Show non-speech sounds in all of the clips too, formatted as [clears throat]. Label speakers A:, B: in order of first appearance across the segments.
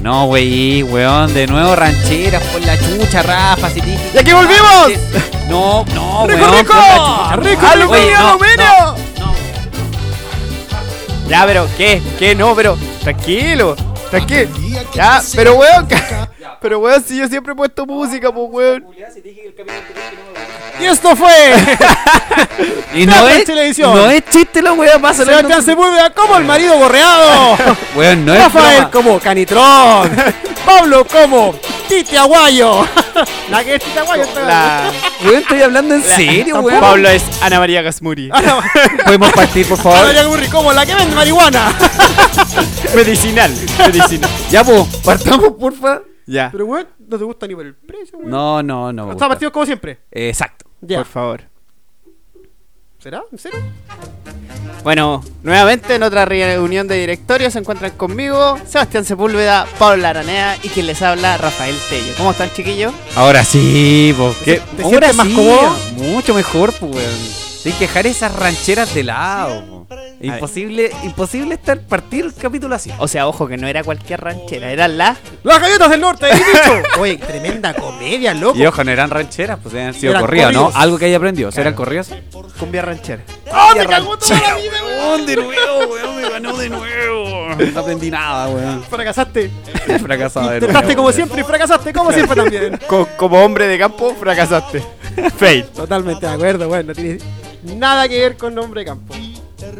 A: No, wey, weón, de nuevo rancheras por la chucha, Rafa, si
B: ¡Y aquí volvimos!
A: No, no,
B: ¡Rico,
A: weón.
B: rico!
A: por la chucha,
B: ¡Rico,
C: Ah,
A: weón.
B: aluminio,
A: Oye, no,
B: aluminio!
A: no, no.
B: Ya, pero, ¿qué? ¿Qué? No, pero, tranquilo, tranquilo. Ya, pero
C: [laughs]
B: weón, ca- pero weón, si yo siempre he puesto música, pues weón. Y esto [laughs] fue
A: Y
B: Teatro
A: no
B: en
A: es,
B: televisión.
A: no es chiste la weá, pásalo.
B: Sebastián Sepúlveda como el marido borreado.
A: Weón, no [laughs] es
B: Rafael
A: broma.
B: como Canitrón. Pablo como Titi Aguayo. [laughs] La que es Titi Aguayo. La...
A: Weón, estoy hablando en serio, weón.
C: Pablo es Ana María Gasmuri.
B: Ah.
A: podemos partir, por favor. [laughs]
B: María Gurri como la que vende marihuana.
C: medicinal, medicinal.
A: ya, po,
B: pues,
A: partamos, porfa.
C: Ya,
B: Pero weón, no te gusta ni por el precio, weón.
A: No, no, no. me
B: Está
A: gusta.
B: partido como siempre.
A: Eh, Exacto.
B: Ya.
C: por favor.
B: ¿Será? ¿En serio?
C: Bueno, nuevamente en otra reunión de directorio se encuentran conmigo Sebastián Sepúlveda, Pablo Aranea y quien les habla, Rafael Tello. ¿Cómo están, chiquillos?
A: Ahora sí, po. ¿Qué?
B: ¿Te
A: Ahora
B: sientes más
A: sí,
B: cómodo?
A: Mucho mejor, po, weón. Sin que dejar esas rancheras de lado, po. Imposible, imposible estar partir el capítulo así.
C: O sea, ojo que no era cualquier ranchera, era la.
B: ¡Las galletas del norte!
A: [laughs]
B: ahí dicho! Oye, tremenda comedia, loco.
A: Y ojo, no eran rancheras, pues eran sido
B: Eran
A: corridos, ¿no?
B: corridos.
A: Algo que haya aprendido. ¿Serán corridos?
C: Cumbia ranchera.
B: ¡Ah, me cagó toda la vida, weón!
A: de nuevo, weón, me ganó de nuevo. No aprendí nada, weón. [laughs]
B: Fracasaste.
A: Fracasado de
B: Intentaste
A: nuevo,
B: como
A: weón.
B: siempre y fracasaste
A: [laughs]
B: como siempre también.
C: como hombre de campo, fracasaste. [laughs] Fail.
B: Totalmente de acuerdo, weón. No tiene nada que ver con nombre de campo.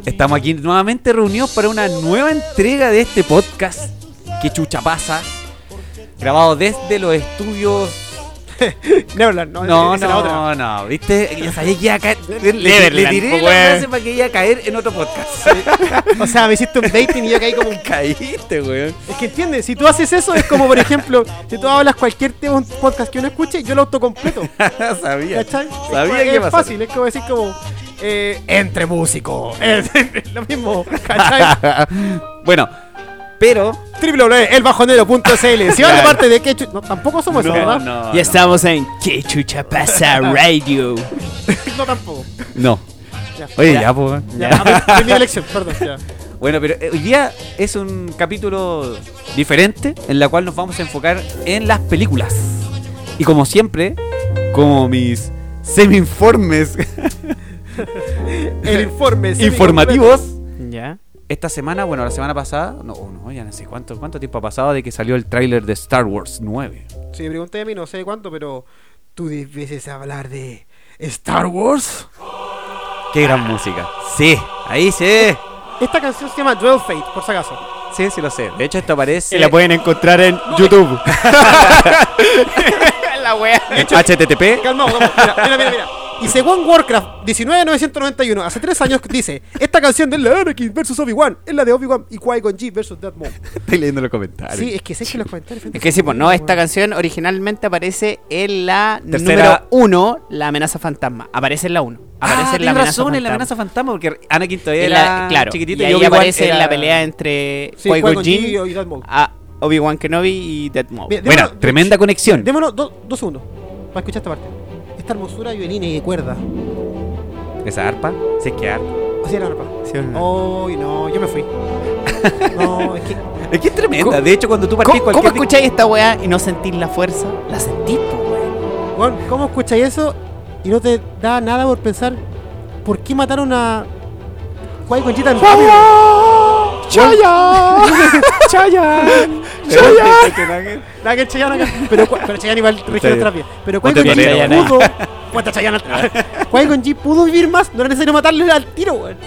A: Estamos aquí nuevamente reunidos para una nueva entrega de este podcast. Que chucha pasa. Grabado desde los estudios.
B: Neverland, no,
A: No,
B: esa era otra.
A: no, no. ¿Viste? Ya sabía que iba a caer. Le, le-
C: Neverland,
A: le tiré
C: pues,
A: la
C: weón.
A: frase para que iba a caer en otro podcast.
B: O sea, me hiciste un dating y yo caí como un
A: Caíste, weón. [laughs]
B: Es que entiendes, si tú haces eso es como, por ejemplo, si tú hablas cualquier tema, un podcast que uno escuche, yo
A: [laughs]
B: lo autocompleto.
A: sabía.
B: ¿Cachai?
A: Sabía
B: Es
A: que
B: es
A: pasaba.
B: fácil, es como decir como, eh, entre músicos. [laughs] Es, es lo mismo,
A: [laughs]
B: ¿cachai?
A: bueno, pero.
B: www.elbajonero.cl Si van de parte de Quechu... No, tampoco somos eso,
A: No,
B: ¿verdad? [laughs]
A: Ah, no.
C: Ya estamos en Que Chucha Pasa Radio.
B: No, tampoco.
A: No.
B: Ya.
A: Oye, ya, pues. weón.
B: Ya, aprendí- aprendí la lección, perdón. Ya.
A: [laughs] Bueno, pero eh, hoy día es un capítulo diferente en la cual nos vamos a enfocar en las películas. Y como siempre, como mis semi-informes
B: El informe. sí,
A: informativos,
C: [laughs] Ya.
A: esta semana, bueno, la semana pasada, no, oh, no, ya no sé cuánto, cuánto tiempo ha pasado de que salió el tráiler de Star Wars 9.
B: completo. Si me pregunté a mí, no sé cuánto, pero tú debes hablar de Star Wars.
A: ¡Qué gran música! Sí, ahí sí.
B: Esta canción se llama Duel Fate, por si acaso.
A: Sí, sí lo sé. De hecho, esto aparece
C: Y la pueden encontrar en YouTube. la wea.
A: en
C: [laughs]
A: HTTP.
B: Calmado, calmado. Mira, mira, mira, mira. Y según Warcraft 1991, hace tres años que dice, esta canción de la Anakin versus Obi-Wan es la de Obi-Wan y Qui-Gon G versus Death Maul.
A: Estoy leyendo los comentarios.
B: Sí, es que sé que los comentarios...
C: Es que sí, pues no, esta canción originalmente aparece en la
A: Tercera-
C: número 1, La amenaza fantasma. Aparece en la 1. Aparece
A: Ah,
C: en la
A: tienes
C: amenaza
A: razón, en la
C: fantasma.
A: amenaza fantasma, porque Anakin todavía
C: En
A: era
C: la- claro,
A: chiquitito
C: y ahí
A: Obi-Wan
C: aparece
A: era-
C: la pelea entre
B: Sí,
C: Qui-Gon Ah.
B: Qui-Gon
C: Jinn
B: Jinn y Darth Maul.
C: a Obi-Wan Kenobi y Death Maul.
B: Mira,
A: Bueno,
B: démonos-
A: tremenda conexión.
B: Démonos do- dos segundos para escuchar esta parte. Esta hermosura violinina y de cuerda.
A: Esa arpa, sí es que arpa.
B: Así era la arpa.
C: Sí, o
B: Uy,
C: no.
B: no, yo
C: [laughs]
B: me fui. No, es que...
A: Es que es tremenda. De hecho, cuando tú partís
C: ¿Cómo,
A: cualquier...
C: cómo escucháis esta weá y no sentís la fuerza? La sentís, pues, weón.
B: Juan, ¿cómo escucháis eso y no te da nada por pensar por qué mataron a Qui-Gon Jinn tan rápido?
A: [laughs] ¡Chaya! ¡Chaya! ¡Chaya!
B: Nada que el Chayanne acá. Pero, cua- pero Chayanne iba al registro de
A: bien.
B: terapia. Pero
A: No te
B: Qui-Gon Jinn
A: pierdas,
B: pudo. Cuánta Chayanne atrás.
A: [laughs]
B: Qui-Gon Jinn pudo vivir más. No era necesario matarle al tiro, weón.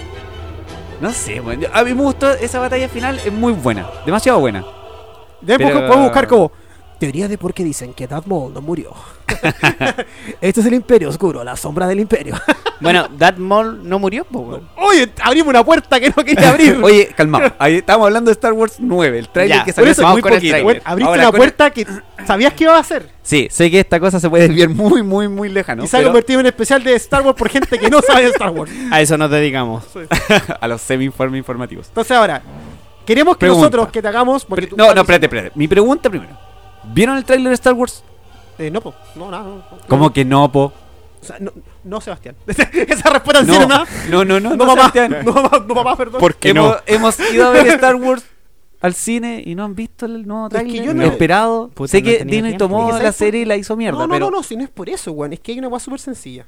A: No sé, weón. Yo- A mí me gustó esa batalla final. Es muy buena. Demasiado
B: [laughs]
A: buena.
B: De
A: Pero-
B: poco podemos buscar como. Teoría de por qué dicen que Darth Maul
A: [laughs]
B: no murió. este es el Imperio Oscuro, la sombra
A: [laughs]
B: del Imperio.
C: Bueno, Death Maul no murió, pues, weón.
B: Oye, abrimos una puerta que no quería abrir.
A: [laughs] Oye, calmado. Ahí estábamos hablando de Star Wars 9. El trailer
C: Ya,
A: que
B: por
A: salió
B: eso,
A: hace muy
C: vamos con el
A: poquito.
C: tráiler.
B: weón, abriste
A: Ahora,
B: una
A: con-
B: puerta que sabías que iba a hacer.
A: Sí, sé que esta cosa se puede desviar muy, muy, muy lejano.
B: y se ha
A: pero-
B: convertido en un especial de Star Wars por gente que no sabe de Star Wars.
C: A eso nos dedicamos.
A: [laughs] a los semi-informes informativos.
B: Entonces ahora, queremos que
A: Pregunta.
B: nosotros que te hagamos... porque tú-
A: No, no, espérate, espérate. Mi pregunta primero. ¿Vieron el tráiler de Star Wars?
B: Eh, no, po. no, nada. No, no.
A: Como que no, po.
B: O sea, no, no, Sebastián. [laughs] Esa respuesta en serio,
A: No,
B: nada.
A: [laughs] no, no, no,
B: [laughs] No, mamá.
A: Sebastián.
B: No, mamá, no, mamá, perdón.
C: ¿Por qué
A: hemos,
B: [laughs]
C: no?
A: hemos ido a ver Star Wars al cine y no han visto el nuevo
B: Es que
A: trailer
B: yo no-
A: esperado.
C: Puta,
A: sé
C: no
A: que
C: tenía
A: Disney
C: tiempo.
A: tomó
B: Es
A: la
B: que ¿sabes
A: serie y la hizo mierda,
B: no, no,
A: pero
B: no, no, si no es por eso, weón. Es que hay una weá súper sencilla.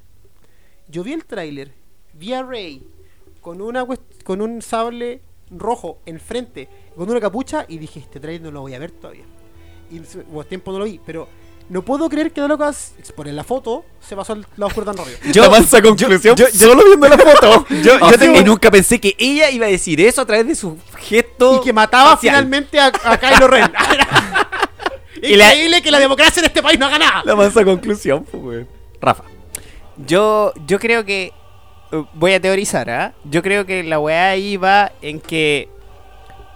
B: Yo vi el tráiler, vi a Rey con, una cuest- con un sable rojo enfrente, con una capucha, y dije, este tráiler no lo voy a ver todavía. Y se- bueno, tiempo no lo vi, pero no puedo creer que Dolocas, por en la foto, se pasó al lado oscuro tan rápido.
D: Yo, avanza conclusión solo viendo la foto. yo,
A: yo nunca pensé que ella iba a decir eso a través de su gesto.
B: Y que mataba
A: facial.
B: finalmente a, a
C: [laughs]
B: Kylo Ren. Increíble que la democracia en este país no haga nada.
D: La mansa conclusión, pues, weón.
A: Rafa.
C: Yo, yo creo que. eh, Voy a teorizar, ¿ah? Yo creo que la weá ahí va en que.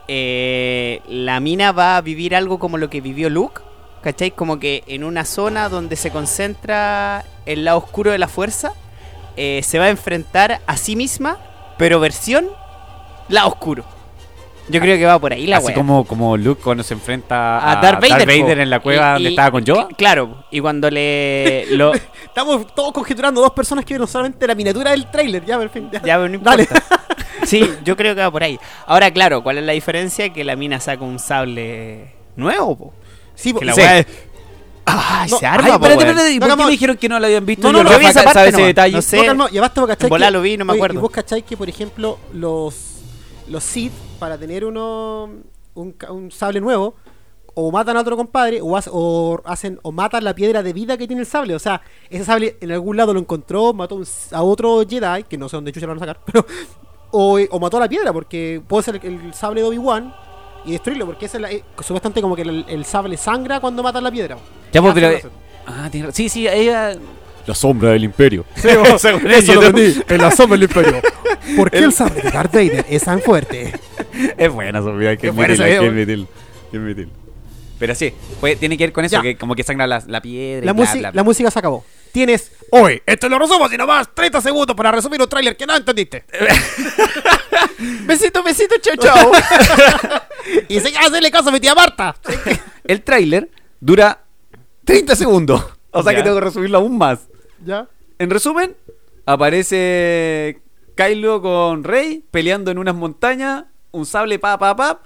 C: eh, la mina va a vivir algo como lo que vivió Luke. ¿Cachai? Como que en una zona donde se concentra el lado oscuro de la fuerza, eh, se va a enfrentar a sí misma, pero versión lado oscuro. Yo creo que va por ahí la
A: Así
C: weá.
A: como, como Luke cuando se enfrenta
C: a Darth Vader, po.
A: en la cueva
C: Y-
A: donde
C: y-
A: estaba con Joa.
C: Claro, y cuando le. Lo,
B: Estamos todos conjeturando dos personas que vieron solamente la miniatura del tráiler. Ya, por fin. ya.
C: Ya, pero no importa.
B: Dale.
C: Sí, yo creo que va por ahí. Ahora, claro, ¿cuál es la diferencia? Que la mina saca un sable nuevo, po.
B: Sí, po-
C: Que la
B: sí.
C: weá es- ¡Ah,
B: No,
C: se
A: Ay,
C: arma, po,
A: espérate,
C: weón.
A: espérate, ¿y
B: No,
A: ¿Por qué
B: hagamos-
A: me dijeron que no la habían visto?
C: No, no,
A: Yo
C: no,
A: Rafa
C: vi esa parte
A: sabe ese
C: nomás.
A: detalle.
C: No sé.
B: No, calma, y además te cachai
C: Volá
B: que-
C: lo vi, no me
B: oye,
C: acuerdo.
B: Y vos cacháis que, por ejemplo, los los Sith, para tener uno un, ca- un sable nuevo, o matan a otro compadre, o, hace- o hacen o matan la piedra de vida que tiene el sable. O sea, ese sable en algún lado lo encontró, mató un- a otro Jedi, que no sé dónde chucha lo van a sacar, [laughs] pero o, o mató a la piedra, porque puede ser el, el sable de Obi-Wan y destruirlo, porque esa es la- eh, supuestamente como que el, el sable sangra cuando matan la piedra.
A: Ya, pues,
B: Hace
A: pero.
B: razón.
A: Ah, tiene razón. Sí, sí, ella.
D: La sombra del imperio.
A: [laughs]
D: Según
A: Eso
D: ellos,
A: lo
D: ¿no?
B: [laughs] en la sombra del imperio. ¿Por qué el sable de Darth Vader es tan fuerte?
A: Es buena esa vida, que
D: Qué buena
A: es
D: esa
A: metal,
D: vida,
A: que es
D: weón.
A: metal, que es metal. Pero sí, fue- tiene que ver con eso,
B: Ya.
A: que como que sangra la, la piedra. y
B: La,
A: bla,
B: musi-
A: bla, bla.
B: la música se acabó. Tienes hoy, esto lo resumo así nomás, 30 segundos para resumir un tráiler que no entendiste.
C: Besito, besito, chao, chao.
B: y se hacerle caso a mi tía Marta.
A: El tráiler dura 30 segundos. O sea
C: Ya.
A: que tengo que resumirlo aún más.
B: ¿Ya?
A: En resumen, aparece Kylo con Rey peleando en unas montañas, un sable pa pa pa.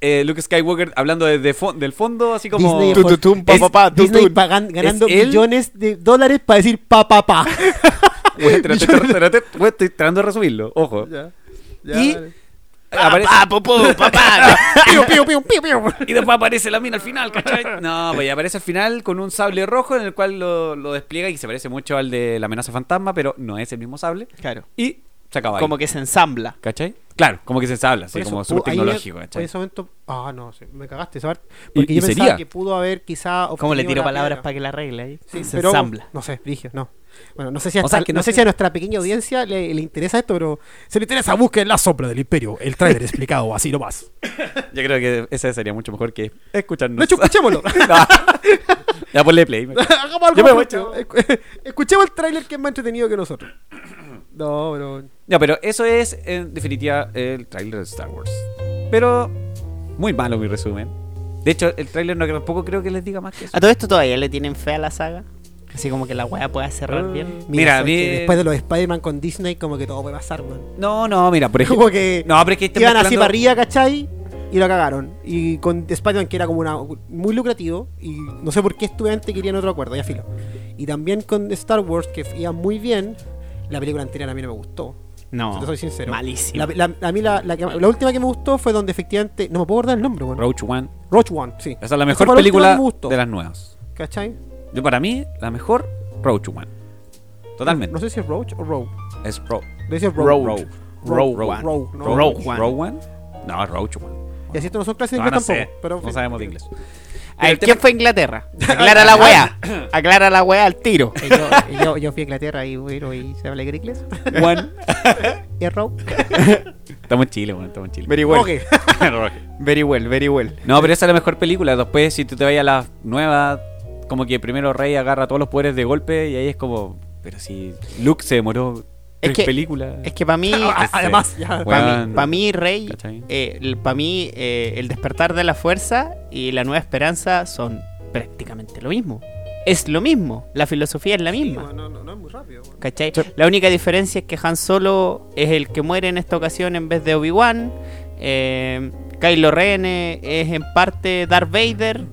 A: eh, Luke Skywalker hablando desde fo- del fondo, así como
B: Disney
D: Tu, tu, tum, pa,
A: Es
D: pa, pa, tu,
B: Disney
D: tun.
B: pagan- ganando
A: él?
B: millones de dólares para decir pa pa pa.
A: Güey, tra- tra- tra- tra- tra- güey, estoy tratando de resumirlo, ojo. Y- Aparece-
C: Papá, popó, papá.
B: Piu, piu, piu, piu, piu.
A: Y después aparece la mina al final, ¿cachai? [laughs] No, pues y aparece al final con un sable rojo en el cual lo, lo despliega y se parece mucho al de la amenaza fantasma, pero no es el mismo sable.
C: Claro.
A: Y se acaba ahí.
C: Como que se ensambla.
A: ¿Cachai? Claro, como que se sabla, así
B: Por eso,
A: como
B: pu-
A: súper
B: ahí me-
A: tecnológico,
B: En
A: ¿cachai?
B: ese momento, ah, no, sí, me cagaste, esa parte.
A: Y-
B: Porque
A: y
B: yo pensaba
A: sería.
B: que pudo haber quizá.
C: ¿Cómo le
B: obtenido
C: tiro
B: la
C: palabras
B: piedra.
C: para que la arregle ahí?
B: Sí,
C: se
B: pero-
C: ensambla.
B: No sé, Brigio, no. Bueno, no sé si,
A: O sea,
B: hasta-
A: que no
B: no sé
A: sé.
B: si a nuestra pequeña audiencia le, le interesa esto, pero se le interesa, busquen la sombra del imperio. El tráiler explicado así
A: [laughs]
B: nomás.
A: Yo creo que ese sería mucho mejor que escucharnos.
B: De
A: [laughs]
B: hecho, escuchémoslo. [laughs]
A: ya ponle play. me-
B: Hagamos algo
A: Yo me
B: más
A: voy,
B: bonito. Escu- [laughs] Escuchemos el tráiler que es más entretenido que nosotros. [clears throat] No, pero.
A: Ya, pero eso es, en definitiva, el tráiler de Star Wars. Pero muy malo mi resumen. De hecho, el tráiler no, tampoco creo que les diga más que eso.
C: A todo esto todavía le tienen fe a la saga. Así como que la weá pueda
B: Ah.
C: cerrar bien.
A: Mira,
B: sabes
A: a mí-
B: que Después de los Spider-Man con Disney, como que todo puede pasar, man.
A: No, no, mira, por ejemplo...
B: Como que.
A: No, pero es que están
B: iban así
A: mezclando-
B: para arriba, ¿cachai? Y lo cagaron. Y con Spider-Man, que era como una muy lucrativo, y no sé por qué estudiante querían otro acuerdo, ya filo. Y también con Star Wars, que iba muy bien, la película anterior a mí no me gustó.
C: No.
B: te soy sincero.
C: Malísimo.
B: La, la- a mí la, la que- la última que me gustó fue donde efectivamente. No me puedo acordar el nombre, weón.
A: Roach One.
B: Roach One, sí.
A: Esa es la
B: fue
A: mejor
B: la última
A: película
B: que me gustó.
A: de las nuevas.
B: ¿Cachai?
A: Yo para mí, la mejor, Roach One. Totalmente.
B: No sé si es Roach o Row.
A: Es Ro
B: Debe ser Row.
A: Roach.
B: Row.
A: Roach
B: Row.
A: One.
B: Row, no.
A: Roach
C: Roach One.
A: Roach One. No, Roach One.
B: Y así esto no son clases de
A: No,
B: inglés
A: no
B: tampoco.
A: sé.
B: Pero,
A: No sabemos de inglés.
C: A ver,
A: el tema-
C: ¿quién fue a Inglaterra? Aclara la weá. Aclara la weá al tiro.
B: Eh, Yo, yo, yo fui a Inglaterra y, bueno, y se habla inglés.
A: One.
B: ¿Y es Row?
A: [laughs] Estamos en Chile, bueno, estamos en Chile.
C: Very
A: [laughs]
C: well.
B: Ok.
A: Roach.
C: Very well, very well.
A: No, pero esa es la mejor película. Después, si tú te vayas a la nueva, como que primero Rey agarra todos los poderes de golpe y ahí es como. Pero si Luke se demoró tres
C: que-
A: películas.
C: Es que para mí.
B: Ah, Además, ya.
A: Bueno,
C: Para mí,
A: Weón.
C: pa' mí, Rey,
A: ¿Cachai?
C: para mí, eh, el despertar de la fuerza y la nueva esperanza son prácticamente lo mismo. Es lo mismo, la filosofía es la
B: Sí,
C: misma.
B: bueno, no, no, no es muy rápido. bueno.
C: ¿cachai? La única diferencia es que Han Solo es el que muere en esta ocasión en vez de Obi-Wan. eh, Kylo Ren eh, es en parte Darth Vader.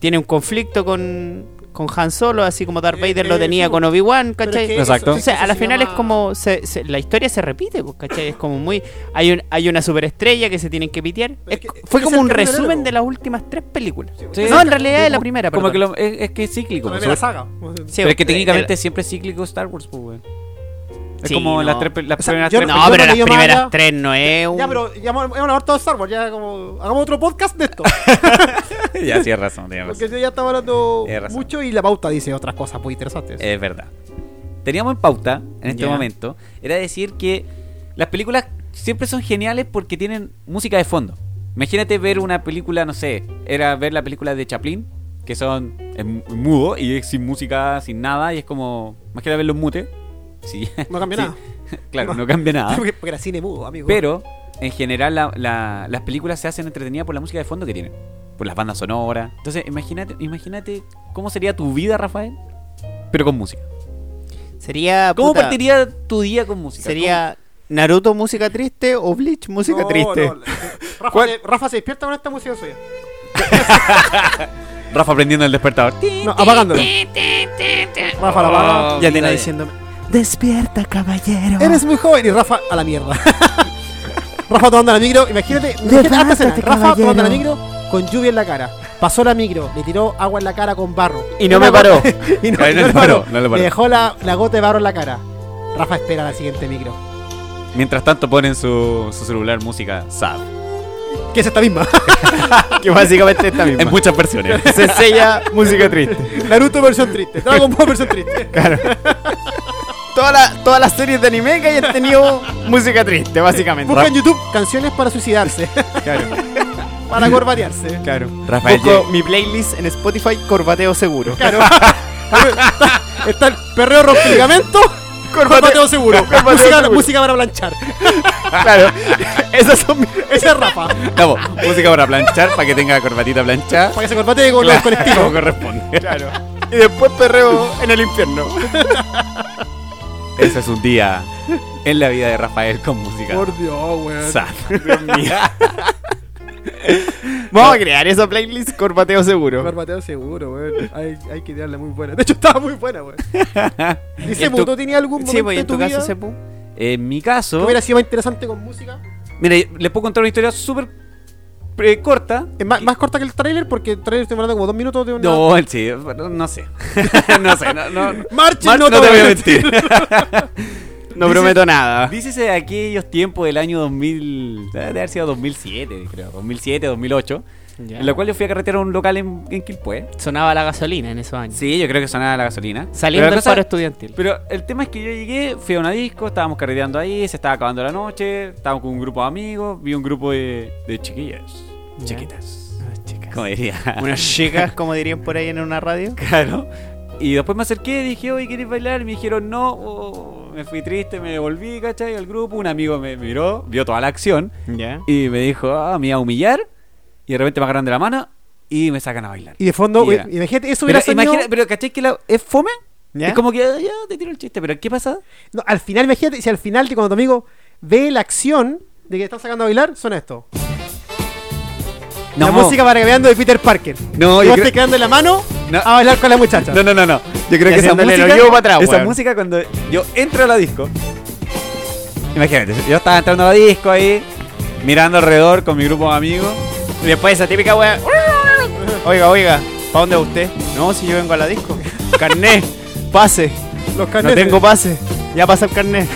C: Tiene un conflicto con, con Han Solo, así como Darth
B: Eh,
C: Vader
B: eh,
C: lo
B: sí,
C: tenía
B: po.
C: con Obi-Wan,
B: Pero
C: ¿cachai?
B: es que
A: Exacto. O
B: eso-
C: Entonces,
B: eso
C: a la
B: se
C: final
B: llama-
C: es como. se- se- la historia se repite, pues, ¿cachai? Es como muy. Hay, un, hay una superestrella que se tienen que pitear.
B: Pero
C: Es-
B: es que-
C: fue
B: es
C: como
B: el
C: un
B: capítulo
C: resumen
B: largo.
C: de las últimas tres películas.
A: Sí.
C: No, en realidad es la primera,
A: Como
C: perdón.
A: que lo- es, es que es cíclico.
B: La
A: pues,
B: primera
A: sobre-
B: saga.
C: Sí,
A: pero es que
C: eh,
A: técnicamente siempre es cíclico Star Wars, pues, weón. Es
C: Sí,
A: como
C: no.
A: las, tres, pe- las
B: O sea,
A: primeras
B: yo-
A: tres
C: No,
B: Yo
C: pero
B: me
C: las
B: leí
C: primeras
B: manga.
C: tres no es un.
B: Ya, pero ya hemos hemos hablado de todo Star Wars, ya como hagamos otro podcast
A: [laughs]
B: de esto.
A: películas. [laughs] ya, sí, es razón, tienes razón.
B: Porque yo ya estaba hablando
A: Tienes pues. razón. Eh,
B: mucho y la pauta dice otras cosas muy interesantes.
A: Es verdad. Teníamos en pauta en este
C: Ya.
A: momento, era decir que las películas siempre son geniales porque tienen música de fondo. Imagínate ver una película, no sé, era ver la película de Chaplin, que son en mudo y es sin música, sin nada, y es como, imagínate verlo en mute. Sí, [laughs]
B: No cambia
A: sí.
B: nada.
A: Claro, [laughs] no,
B: No.
A: cambia nada.
B: [laughs] Porque, porque era cine mudo, amigo.
A: Pero en general la- la- las películas se hacen entretenidas por la música de fondo que tienen, por las bandas sonoras. Entonces, imagínate, imagínate cómo sería tu vida, Rafael, pero con música.
C: Sería.
A: ¿Cómo
C: puta,
A: partiría tu día con música?
C: Sería. Naruto música triste o Bleach música
B: No,
C: triste.
A: [laughs]
B: no, la- Rafa,
A: ¿Cuál?
B: se, Rafa se despierta con esta música suya.
A: ¿Cómo? Rafa prendiendo el despertador.
B: No,
A: [laughs]
B: apagándola. Rafa la apaga.
A: ya tiene
C: diciéndome. Despierta, caballero.
B: Eres muy joven y Rafa a la mierda. [laughs] Rafa tomando la micro, imagínate, imagínate esta escena,
C: Levántate,
B: Rafa tomando la
C: caballero.
B: micro con lluvia en la cara. Pasó la micro, le tiró agua en la cara con barro.
C: Y no
B: Una
C: me
B: gota-
C: paró.
B: y no,
A: Ahí
B: y
A: no le
B: no
A: paró,
B: le paró.
A: no le paró.
B: Le dejó la, la gota de barro en la cara. Rafa espera la siguiente micro.
A: Mientras tanto ponen su, su celular música sad.
B: Que es esta misma.
C: [laughs]
B: [laughs]
C: que básicamente está
A: En
C: misma.
A: muchas versiones.
C: [laughs] Se sella música triste.
B: Naruto versión triste. Dragon Ball versión triste.
C: Toda la- todas las series de anime que hayan tenido música triste, básicamente.
B: Busca en YouTube canciones para suicidarse,
C: Claro,
B: [laughs] para corbatearse.
C: claro.
A: Rafael
C: Busco
A: llega-
C: mi playlist en Spotify, Corbateo Seguro.
B: Claro. está, está el perreo rompigamento. Corbateo seguro.
C: Corbateo
B: música,
C: seguro.
B: música para planchar.
C: Claro. [laughs] Esas son mis-
B: [laughs] Ese es Rafa.
A: Vamos, música para planchar, para que tenga corbatita planchada.
B: Para que se corbate con los
A: Como
B: colectivos.
A: corresponde.
C: Claro. Y después perreo en el infierno.
A: Ese es un día en la vida de Rafael con música
B: Dios, weón.
A: sad.
C: [laughs] Vamos a crear esa playlist Corbateo Seguro.
B: Corbateo seguro, weón. Hay, hay que tirarla muy buena. De hecho, estaba muy
A: [laughs]
B: buena, weón. Dice,
A: En tu-
B: ¿tú tenías algún momento
C: Sí, pues, y en
B: de tu,
C: tu caso,
B: vida
C: Sepu.
A: en mi
B: que
A: caso,
B: hubiera sido más interesante con música?
A: mira, les puedo contar una historia súper eh, corta.
B: Es más, más corta que el tráiler porque el tráiler estoy hablando como dos minutos de una...
A: No, sí, no sé. [laughs] no sé, no,
B: [laughs]
A: no,
B: Marchi,
A: Mar-
B: no, te voy a mentir.
C: No
A: Dice-
C: prometo
A: [laughs]
C: nada.
A: Dícese de aquellos tiempos del año 2000, debe haber sido 2007, creo, 2007, 2008, en la cual yo fui a carretera a un local en, en Quilpué.
C: Sonaba la gasolina en esos años.
A: Sí, yo creo que sonaba la gasolina.
C: Saliendo
A: Pero la
C: del
A: cosa-
C: paro estudiantil.
A: Pero el tema es que yo llegué, fui a una disco, estábamos carreteando ahí, se estaba acabando la noche, estábamos con un grupo de amigos, vi un grupo de, de chiquillas,
C: Ya.
A: chiquitas,
C: Ah, chicas.
A: como diría. [laughs]
C: Unas chicas, como dirían por ahí en una radio.
A: Claro. Y después me acerqué, dije, oye, ¿quieres bailar? Y me dijeron, no. Oh, me fui triste, me devolví, ¿cachai? Al grupo. Un amigo me miró, vio toda la acción.
C: [laughs] Ya.
A: Y me dijo, ah, me iba a humillar. Y de repente me agarran de la mano y me sacan a bailar.
B: Y de fondo,
A: Y era-
B: weón, imagínate,
A: pero,
B: eso hubiera sido...
A: imagina- pero ¿cachai que la- es fome?
C: ¿Ya?
A: Es como que, ah, ya, te tiro el chiste. Pero ¿qué pasa?
B: No, al final, imagínate, si al final cuando tu amigo ve la acción de que están sacando a bailar, son esto. la
A: mo-
B: música para que vean de Peter Parker.
A: No,
B: y
A: yo
B: vos
A: creo-
B: te quedando en la mano
A: No.
B: a bailar con la muchacha.
A: No, no, no, no. Yo creo
C: Y
A: que esa
C: haciéndole el
A: música,
C: oído para atrás,
A: esa
C: weón.
A: música cuando yo entro a la disco. Imagínate, yo estaba entrando a la disco ahí, mirando alrededor con mi grupo de amigos.
C: Y después esa típica wea. Oiga, oiga, ¿para dónde va usted? No, si yo vengo a la disco. Carné, pase. No
B: Los carnetes.
C: tengo pase. Ya pasa el carné.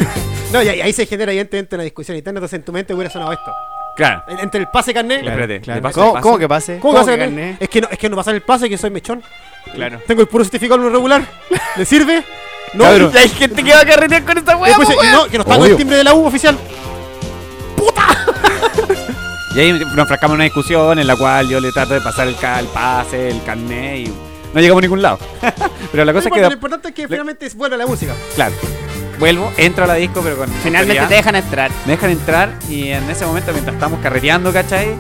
B: No, y ahí, ahí se genera evidentemente una discusión interna, entonces en tu mente hubiera sonado esto.
A: [laughs] Claro.
B: En- Entre el pase carnet.
A: Claro. Espérate, ¿le pasa el
C: ¿Cómo,
A: pase?
C: cómo que pase?
B: ¿Cómo, que vas a
C: que
B: carnet? Es que no, es que no pasan el pase, que soy mechón.
C: Claro.
B: Tengo el puro certificado no [laughs] regular. ¿Le sirve? No,
A: Cabrón.
C: Y hay gente que va a carretear con esta wea.
B: Después
C: po,
B: dice,
C: wea.
B: no, que no está con
A: Obvio.
B: el timbre de la U oficial.
A: Y ahí nos enfrascamos en una discusión en la cual yo le trato de pasar el, ca- el pase, el carnet y no llegamos a ningún lado. [laughs] Pero la
B: No
A: cosa es
B: importa, Lo
A: que,
B: importante es que finalmente es buena la música.
A: claro, vuelvo, entro a la disco pero con
C: Finalmente
A: autoridad.
C: te dejan entrar.
A: me dejan entrar y en ese momento mientras estamos carreteando, ¿cachai?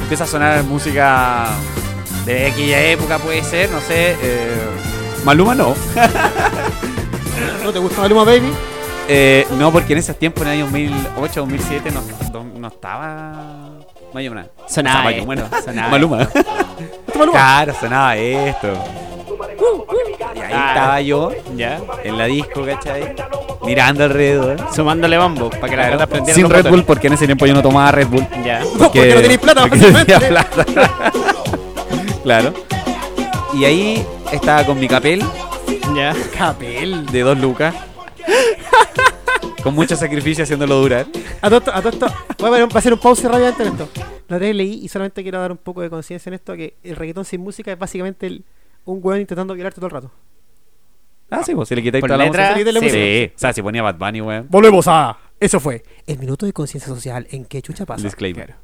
A: Empieza a sonar música de aquella época, puede ser, no sé. eh, Maluma no.
B: ¿No te gusta Maluma Baby?
A: Eh, no, porque en esos tiempos, en el año 2008, 2007, no, no- no estaba... Mayomana. O sea,
C: Sonaba
A: Mayomana. [laughs]
C: esto, [laughs] sonaba
A: Maluma.
B: Esto, Maluma.
A: Claro, sonaba esto.
C: Uh,
A: Y ahí
C: Ah.
A: estaba yo
C: Ya.
A: en la disco, ¿cachai? Mirando alrededor.
C: Sumándole bambo para que la
A: Claro,
C: gata prendiera
A: sin
C: los
A: Red Bull,
C: botones.
A: porque en ese tiempo yo no tomaba Red Bull. [laughs]
C: Ya.
B: porque no tenéis plata,
A: porque no tenía
B: básicamente.
A: plata. [laughs] claro. Y ahí estaba con mi capel
C: Ya.
B: Capel.
A: de dos lucas. [laughs] con mucho sacrificio haciéndolo durar.
B: A todo esto, a todo esto. Voy a poner un- voy a hacer un pause rápidamente en esto. La otra vez leí y solamente quiero dar un poco de conciencia en esto: que el reggaetón sin música es básicamente el- un weón intentando violarte todo el rato.
A: Ah, sí, pues si le quitáis
C: Por
A: toda la
C: letra,
A: música.
C: sí.
A: Sí. o sea, si ponía Bad Bunny, weón.
B: Volvemos a. Eso fue el minuto de conciencia social en que chucha pasa.
A: Disclaimer.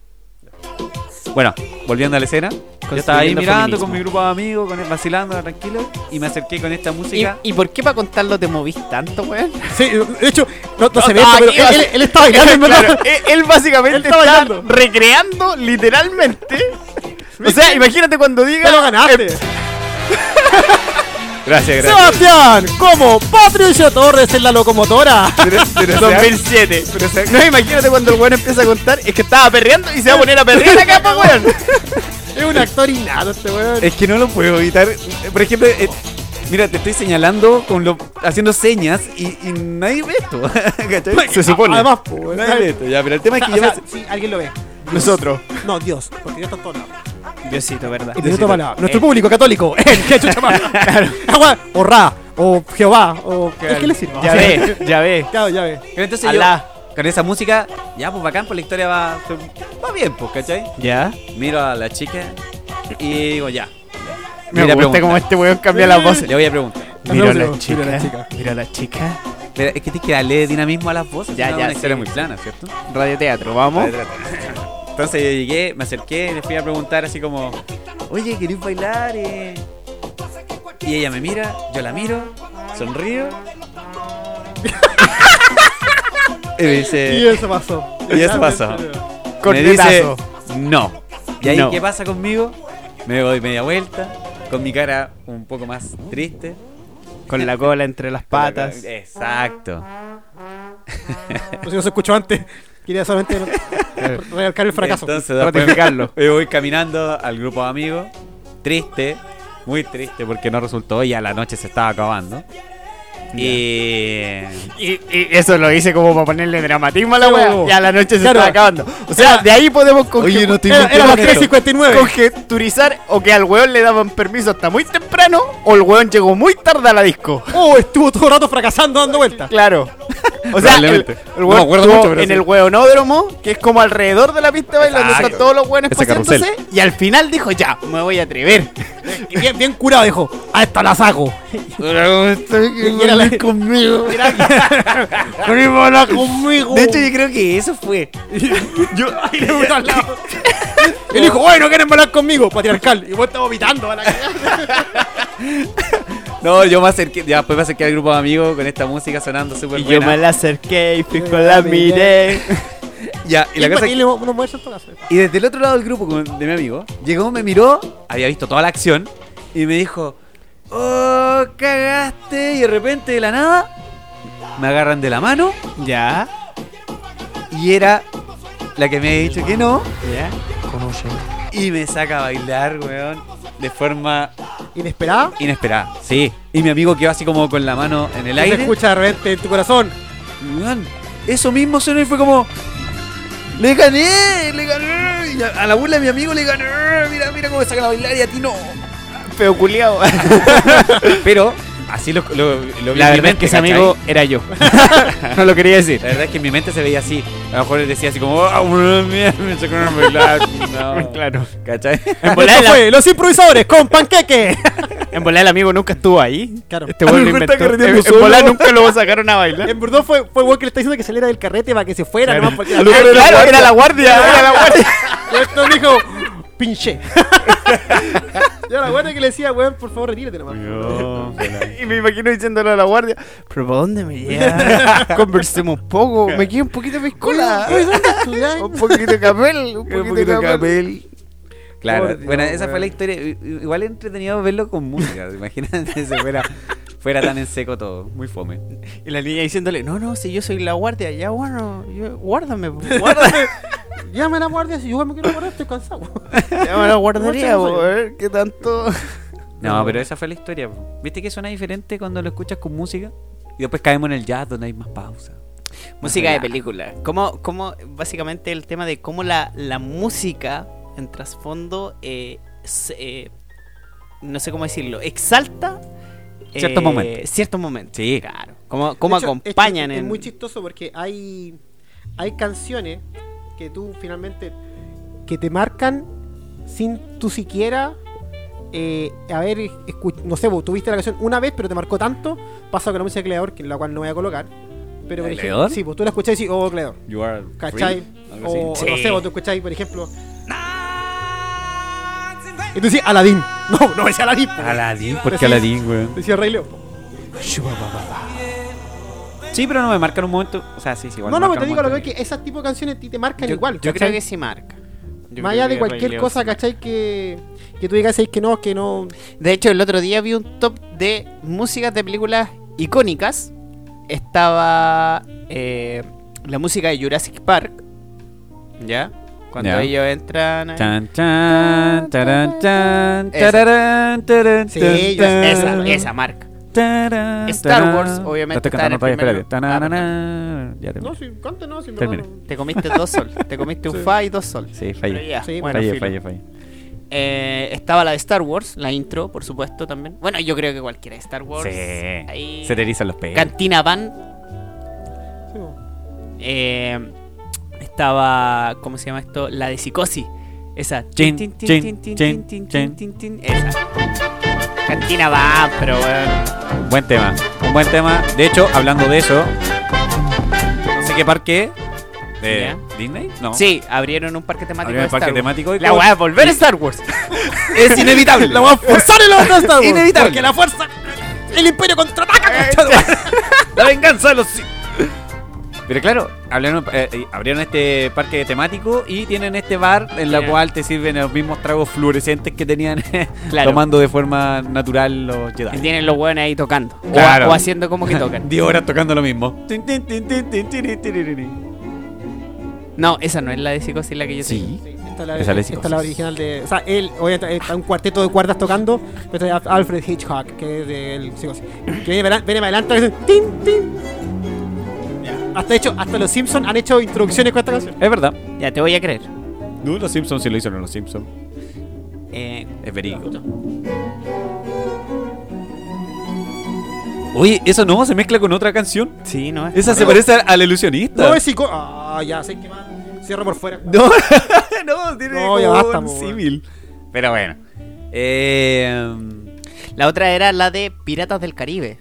A: Bueno, volviendo a la escena. Yo estaba ahí
C: Construyendo
A: mirando
C: feminismo.
A: con mi grupo de amigos, con vacilando, tranquilo. Y me acerqué con esta
C: ¿Y,
A: música.
C: ¿Y por qué para contarlo te movís tanto, weón?
B: Sí, de hecho, no, no se ve,
C: No,
B: esto,
C: aquí
B: pero
C: va-
B: él, él, él [laughs]
C: [laughs]
B: está bailando, en
C: Claro,
B: verdad.
C: él, él básicamente
B: Él
C: está,
B: está bailando.
C: recreando literalmente. O sea, imagínate cuando diga.
B: Ya lo ganaste.
A: Gracias,
C: [laughs]
A: gracias.
B: Sebastián, como Patricio Torres en la locomotora. [laughs]
A: Pero- [laughs] pero se ha-
C: 2007. No, imagínate cuando el weón empieza a contar. Es que estaba perreando y se va a poner a perrear acá, pues, weón.
B: es un actor innato este weón.
A: Es que no lo puedo evitar. Eh, Por ejemplo, eh, mira, te estoy señalando con lo, haciendo señas y, y nadie ve esto. [laughs] ¿cachai? Se supone.
B: Además, pues, weón.
A: nadie ve esto. Ya, pero el tema es que
B: O
A: yo me-
B: sea, si alguien lo ve.
C: Nosotros.
B: No, Dios, porque Dios está en todos lados.
C: Diosito, ¿verdad? Eh,
B: Y minuto para la-
A: Eh.
B: Nuestro público católico, [laughs] el que chucha
A: [laughs]
B: más. Agua, o Ra, o Jehová, o. ¿Es que le sirve?
C: Ya ve, ya ve.
B: [laughs] Ya, ya ve.
A: Pero entonces yo,
C: Alá.
A: con esa música, ya pues bacán, pues la historia va, va bien, pues, ¿cachai?
C: Ya.
A: Miro a la chica y digo, ya.
C: Me
A: Le voy a
C: gusta
A: preguntar.
C: cómo este weón cambia las voces.
A: Le voy a preguntar.
C: Mira a
B: Mira
C: la
B: la
C: chica.
B: chica.
C: Mira a la chica.
A: Pero es que tienes que darle dinamismo a las voces.
C: Ya,
A: es
C: ya,
A: Una historia
C: sí.
A: muy plana, ¿cierto?
C: Radioteatro, vamos.
A: Entonces yo llegué, me acerqué, le fui a preguntar así como, oye, ¿querés bailar? eh?" Y ella me mira, yo la miro,
C: [laughs]
A: sonrío. y me
B: Y
A: dice,
B: eso pasó.
A: Eh. Y eso pasó. me dice,
C: Cornetazo.
A: no. ¿Y ahí
C: No.
A: qué pasa conmigo? Me doy media vuelta, con mi cara un poco más triste.
C: Con la cola entre las patas.
A: Exacto.
B: Por si no se escuchó antes, quería solamente recalcar el fracaso.
A: Entonces, después
C: Ratificarlo.
A: [laughs] me voy caminando al grupo de amigos, triste, muy triste porque no resultó, ya la noche se estaba acabando. Eh, Y
C: Y, y eso lo hice como para ponerle dramatismo a la
B: Sí,
C: wea.
B: bobo.
C: Ya la noche se
B: Claro.
C: está acabando. O sea, de ahí podemos
A: Oye, no te
C: era-
B: Era
C: era
B: las
C: lo que-
B: 3.59.
C: conjeturizar o que al weón le daban permiso hasta muy temprano o el weón llegó muy tarde a
A: [laughs]
C: la disco.
B: Oh, estuvo todo el rato fracasando dando vueltas.
C: Claro. O sea, el, el
A: Probablemente.
C: weón
A: No me acuerdo
C: estuvo
A: mucho, pero
C: en
A: sí.
C: el weonódromo, que es como alrededor de la pista bailando, están
A: Exacto.
C: todos los weones
A: Ese
C: paseándose,
A: carrusel.
C: y al final dijo, ya, me voy a atrever.
B: Y bien, bien curado, dijo. A esta la saco.
C: Era la-
B: conmigo. conmigo.
C: De hecho, yo creo que eso fue.
B: yo. Ay, le gusta al lado. Y él dijo, bueno, quieren volar conmigo, patriarcal. Y vos estás vomitando a la cagada.
A: no, yo me acerqué, ya después me acerqué al grupo de amigos con esta música sonando súper
C: Y yo me
A: buena.
C: la acerqué y fijo la miré.
A: Ya, y la cosa es que-
B: le unos muertos en toda
A: y desde el otro lado del grupo con- de mi amigo, llegó, me miró, había visto toda la acción y me dijo, "Oh, cagaste" y de repente de la nada me agarran de la mano
C: Ya,
A: y era la que me había dicho que no.
C: ya.
A: Y me saca a bailar, weón, de forma
B: Inesperada.
A: inesperada. Sí. Y mi amigo quedó así como con la mano en el
B: Se
A: aire.
B: escucha de repente en tu corazón.
A: Weón, eso mismo sonó y fue como... ¡Le gané! ¡Le gané! Y a, a la burla de mi amigo le gané. Mira, mira cómo me sacan a bailar y a ti no.
C: Feo culiao.
A: [laughs] Pero así lo, lo, lo vi en
C: La
A: mi
C: verdad es
A: mente,
C: que ese
A: ¿cachai?
C: amigo era yo. [laughs] no lo quería decir.
A: La verdad es que en mi mente se veía así. A lo mejor él decía así como... "Ah, weón, mira, me sacaron a
C: [laughs]
A: bailar! No. [laughs]
C: Claro.
A: ¿Cachai?
C: En volada,
B: Esto
C: el-
B: fue Los Improvisadores con Panqueque.
C: en volada el amigo nunca estuvo ahí.
B: Claro.
C: Este [laughs] weón lo
A: Me está
C: inventó. En,
A: carreteando
C: en volada
A: solo.
C: nunca [laughs] lo sacaron a bailar.
B: En verdad fue, fue el weón que le está diciendo que saliera del carrete para que se fuera. Nomás
A: [laughs]
B: porque
C: Ah, claro, era la guardia. [laughs] Era la guardia.
B: [laughs] Esto dijo, pinche. Yo la buena que le decía, weón, por favor, retírate nomás.
C: y me imagino diciéndole a la guardia, pero ¿para dónde me
B: [laughs]
C: lleva? Conversemos poco, me queda un poquito de piscola.
B: Oye, ¿dónde estudiás?
C: un poquito de capel, Eh, un poquito, de capel.
A: Claro,
B: Por Dios,
A: bueno, esa fue la
B: weón.
A: historia. I- Igual es entretenido verlo con música. [laughs] Imagínate si fuera, fuera tan en seco todo. Muy fome.
B: [laughs]
C: Y la niña diciéndole, no, no, si yo soy la guardia, ya bueno, yo- pues, guárdame, guárdame.
B: Llama a la guardia si yo me quiero guardar, estoy cansado.
C: Ya me la guardaría,
B: Muchas gracias.
C: weón. ¿Qué tanto?
A: No, pero esa fue la historia. po. ¿Viste que suena diferente cuando lo escuchas con música? Y después caemos en el jazz donde hay más pausa.
C: Música
A: Ojalá.
C: de película. ¿Cómo, cómo, básicamente el tema de cómo la, la música en trasfondo, eh, se- eh, no sé cómo decirlo, exalta
A: Ciertos momentos.
C: Ciertos momentos.
A: Sí.
C: claro. ¿Cómo, cómo
B: De hecho,
C: acompañan
B: es, que es
C: en-
B: muy chistoso porque hay hay canciones que tú finalmente que te marcan sin tú siquiera eh, haber escuchado, no sé, vos tuviste la canción una vez pero te marcó tanto, pasa con la música de Cleador, que la cual no voy a colocar. Pero por
A: ¿De
B: ejemplo,
A: Cleador?
B: sí, vos tú la escuchás y decís, oh, Cleador,
A: You are
B: ¿cachai?
A: free,
B: O,
A: algo
B: o
A: así.
B: no
C: Sí.
B: sé, vos tú escucháis, por ejemplo, y tú decís, Aladdin. [laughs] No, no es Aladdin. po.
A: Aladdin,
B: Pero
A: ¿por
B: sí,
A: qué Aladdin, weón?
B: Decía Rey León.
A: Sí, pero no me marcan un momento. O sea, sí, sí, igual.
B: No, no,
A: me
B: pero te digo
A: marcan
B: lo
A: un
B: que es
A: momento.
B: que esas tipo de canciones a ti te marcan
C: Yo,
B: igual.
C: yo
B: ¿cachai?
C: creo que sí marca. Yo
B: Más
C: creo
B: allá
C: que
B: de
C: Ray
B: cualquier
C: Liotta
B: cosa,
C: sí marca.
B: ¿cachai? Que, que tú digas, es que no, que no.
C: De hecho, el otro día vi un top de músicas de películas icónicas. Estaba eh, la música de Jurassic Park. ¿Ya? Cuando
A: Ya.
C: ellos entran. ahí.
A: Chan, chan, tarán, chan,
C: Esa.
A: tararán, tarán,
B: Sí,
A: tan,
B: yo-
A: tan,
C: Esa, esa marca.
A: tarán,
C: Star
A: tarán.
C: Wars, obviamente,
A: Lo Estoy
C: está en
A: cantando
C: el Ah,
A: todavía,
C: primero.
A: espérate. Tananana, Ya terminé.
B: No, si canta, no, si en
A: Termina.
B: verdad no.
C: Te comiste dos sol. Te comiste un
B: Sí.
C: fa y dos sol.
A: Sí,
C: Pero
A: fallé.
C: ya,
B: Sí,
C: bueno,
A: fallé,
C: filo.
A: fallé, fallé.
C: Eh, estaba la de Star Wars, la intro, por supuesto, también. Bueno, yo creo que cualquiera de Star Wars.
A: Sí.
C: Ahí-
A: Se te erizan los pelos.
C: Cantina Van,
B: Sí, po.
C: Eh, estaba, ¿cómo se llama esto? La de psicosis. Esa.
A: Chin,
C: Tin,
A: chin,
C: tin,
A: chin,
C: tin, tin, tin,
A: chin.
C: tin, tin, Esa. Cantina va, pero bueno.
A: Buen tema, un buen tema. De hecho, hablando de eso, no sé qué parque. ¿De Disney? No.
C: ¿eh? Sí, abrieron un parque temático.
A: Abrieron
C: de
A: el parque
C: Star Wars.
A: temático y
C: La
A: como-
C: weá es volver a Star Wars.
A: [laughs] es inevitable.
B: La voy a forzar en la otra Star Wars.
C: Inevitable.
B: Porque la fuerza. El imperio
A: Eh,
B: contraataca. concha tu madre.
A: La venganza de los Sith. Pero claro, hablaron- eh, eh, abrieron este parque temático y tienen este bar en la
C: Ya.
A: cual te sirven los mismos tragos fluorescentes que tenían [laughs]
C: Claro.
A: tomando de forma natural los
C: Y
A: Jedi.
C: tienen los weones ahí tocando. O-
A: Claro.
C: O, haciendo como
A: [laughs]
C: que tocan.
A: 10 horas tocando lo mismo. Tin, tin, tin, tin, tin, tin, tin, tin, tin.
C: No, esa no es la de psicosis la que yo
A: Sí.
B: Sí, Esta es la,
A: Esa es la
B: esta es la original de. O sea, él, obviamente, eh, está un cuarteto de cuerdas tocando. Pero está Alfred Hitchcock, que es del. psicosis. Que viene para viene para adelante. que hace Tin, tin. Hasta, de hecho, hasta los Simpsons han hecho introducciones con esta canción.
A: Es verdad.
C: te- Ya te voy a creer.
A: No, los Simpsons sí lo hicieron los Simpsons.
C: Eh,
A: Es verigo. Oye, eso no, se mezcla con otra canción.
C: sí, no es.
A: Esa se parece al ilusionista.
B: No, es psico. Ah, ya sé que más. Cierra por fuera.
A: No,
C: [laughs]
A: no, tiene
B: No, ya
A: como
B: basta,
A: un
B: po, weón.
A: símil. Pero bueno. Eh,
C: La otra era la de Piratas del Caribe.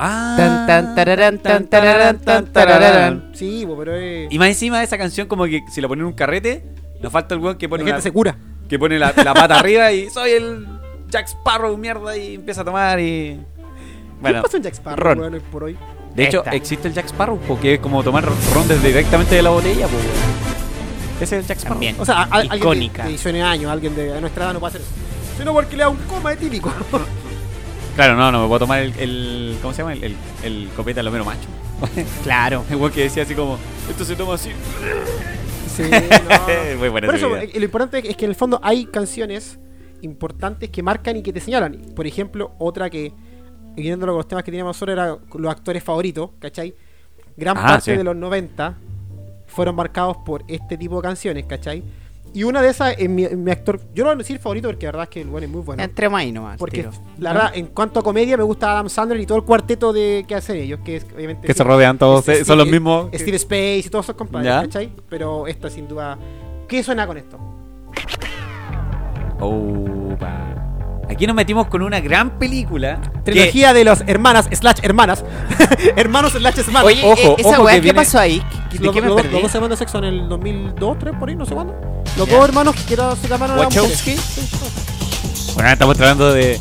A: ah,
C: Tan, tan, tararán, tan, tararán, tan, tararán.
B: Sí, po, pero. Eh,
A: Y más encima de esa canción, como que si la ponen en un carrete, nos falta el weón que
B: la
A: pone,
B: gente
A: una-
B: se cura.
A: que pone la, la pata arriba y soy el Jack Sparrow, mierda, y empieza a tomar y. Bueno,
B: ¿Qué pasa en Jack Sparrow,
A: Ron.
B: weón, hoy por hoy?
A: de hecho,
C: Esta.
A: existe el Jack Sparrow, porque es como tomar ron desde directamente de la botella, pues, weón. Ese es el Jack Sparrow.
C: También.
B: O sea, a- a- alguien
C: Icónica.
B: de, de 19 años, alguien de, de nuestra edad no puede hacer eso. Sino porque le da un coma de típico.
A: [laughs] Claro, no, no, me puedo tomar el. el- ¿Cómo se llama? El, el, el copete al homero macho.
C: [laughs] Claro.
A: [laughs] El weón que decía así como, esto se toma así.
B: sí, no.
A: Muy buena
B: Por
A: esa
B: eso,
A: idea.
B: eh, lo importante es que en el fondo hay canciones importantes que marcan y que te señalan. Por ejemplo, otra que, viéndolo con los temas que teníamos nosotros, era los actores favoritos, ¿cachai? Gran
A: Ah,
B: parte
A: sí.
B: de los 90 fueron marcados por este tipo de canciones, ¿cachai? Y una de esas, en mi, en mi actor, yo no voy a decir favorito porque la verdad es que el bueno es muy bueno.
C: Entremos ahí nomás.
B: Porque
C: tiro.
B: la verdad, en cuanto a comedia, me gusta Adam Sandler y todo el cuarteto de que hacen ellos, que es obviamente.
A: Que se
B: Steve-
A: rodean todos,
B: Steve-
A: eh, son los mismos. que-
B: Steve Space y todos esos compadres,
A: Ya.
B: ¿cachai? Pero esta sin duda. ¿Qué suena con esto?
A: Opa. Aquí nos metimos con una gran película.
B: Trilogía de las hermanas, slash hermanas. [laughs] hermanos, slash hermanas.
C: Oye,
A: Ojo,
C: eh, esa
A: ojo
C: weá,
A: que
C: ¿qué
A: viene-
C: pasó ahí? ¿De
B: los,
C: qué me
B: los-
C: perdí?
B: los dos hermanos de sexo en el 2002, 3 por ahí, no sé cuándo. Los dos hermanos que era, se llamaron eran
A: Wachowski.
B: mujeres. Sí, sí.
A: Que, bueno, estamos tratando de,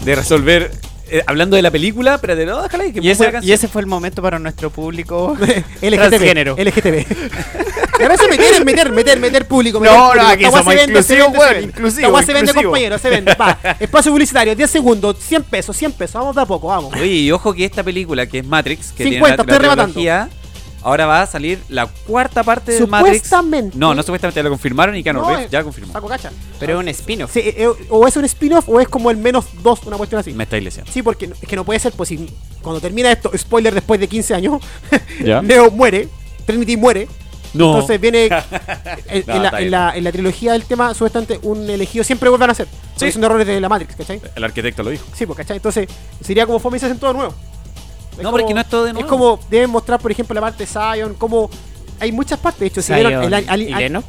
A: de resolver. eh, hablando de la película, pero de no, déjala ahí, que
C: Y ese,
A: buena
C: y
A: canción.
C: ese fue el momento para nuestro
B: [laughs]
C: público. Transgénero.
B: LGTB. LGTB. Y ahora se meter, meter, meter, meter público. meter
C: No, no,
B: público.
C: aquí
B: Esta weá
C: somos
B: se vende, se
C: inclusivos,
B: vende, se
C: weón,
B: vende.
C: inclusivo,
B: Esta weá se vende,
C: inclusivo.
B: compañero, se vende. Va. Espacio publicitario, 10 segundos, 100 pesos, 100 pesos. Vamos de a poco, vamos.
A: Oey, y ojo que esta película, que es Matrix, que
B: 50,
A: tiene la- la,
B: estoy rematando.
A: trilogía, Ahora va a salir la cuarta parte de Matrix.
B: Supuestamente.
A: No, no supuestamente, lo confirmaron y Keanu
B: No,
A: Reeves
B: es-
A: ya confirmó.
B: Saco cacha.
C: Pero es un spin-off.
B: Sí, eh, eh, o es un spin-off o es como el menos dos, una cuestión así.
A: Me estáis leseando.
B: Sí, porque no- es que no puede ser, pues si cuando termina esto, spoiler después de 15 años, [laughs]
A: Ya.
B: Neo muere, Trinity muere.
A: No. [laughs]
B: Entonces viene eh, en, en
A: No,
B: la,
A: está
B: en
A: bien.
B: la- en la trilogía del tema, supuestamente un elegido siempre vuelvan a ser.
A: Sí.
B: Son errores de la Matrix, ¿cachai?
A: El arquitecto lo dijo.
B: Sí, pues, ¿cachai? Entonces sería como fome y se hacen todo de nuevo.
A: No, pero es que no es todo de nuevo.
B: Es como deben mostrar, por ejemplo, la parte de Zion, como hay muchas partes. De hecho, si
C: Zion
B: vieron el, al-
C: y
B: al-
C: Lennox.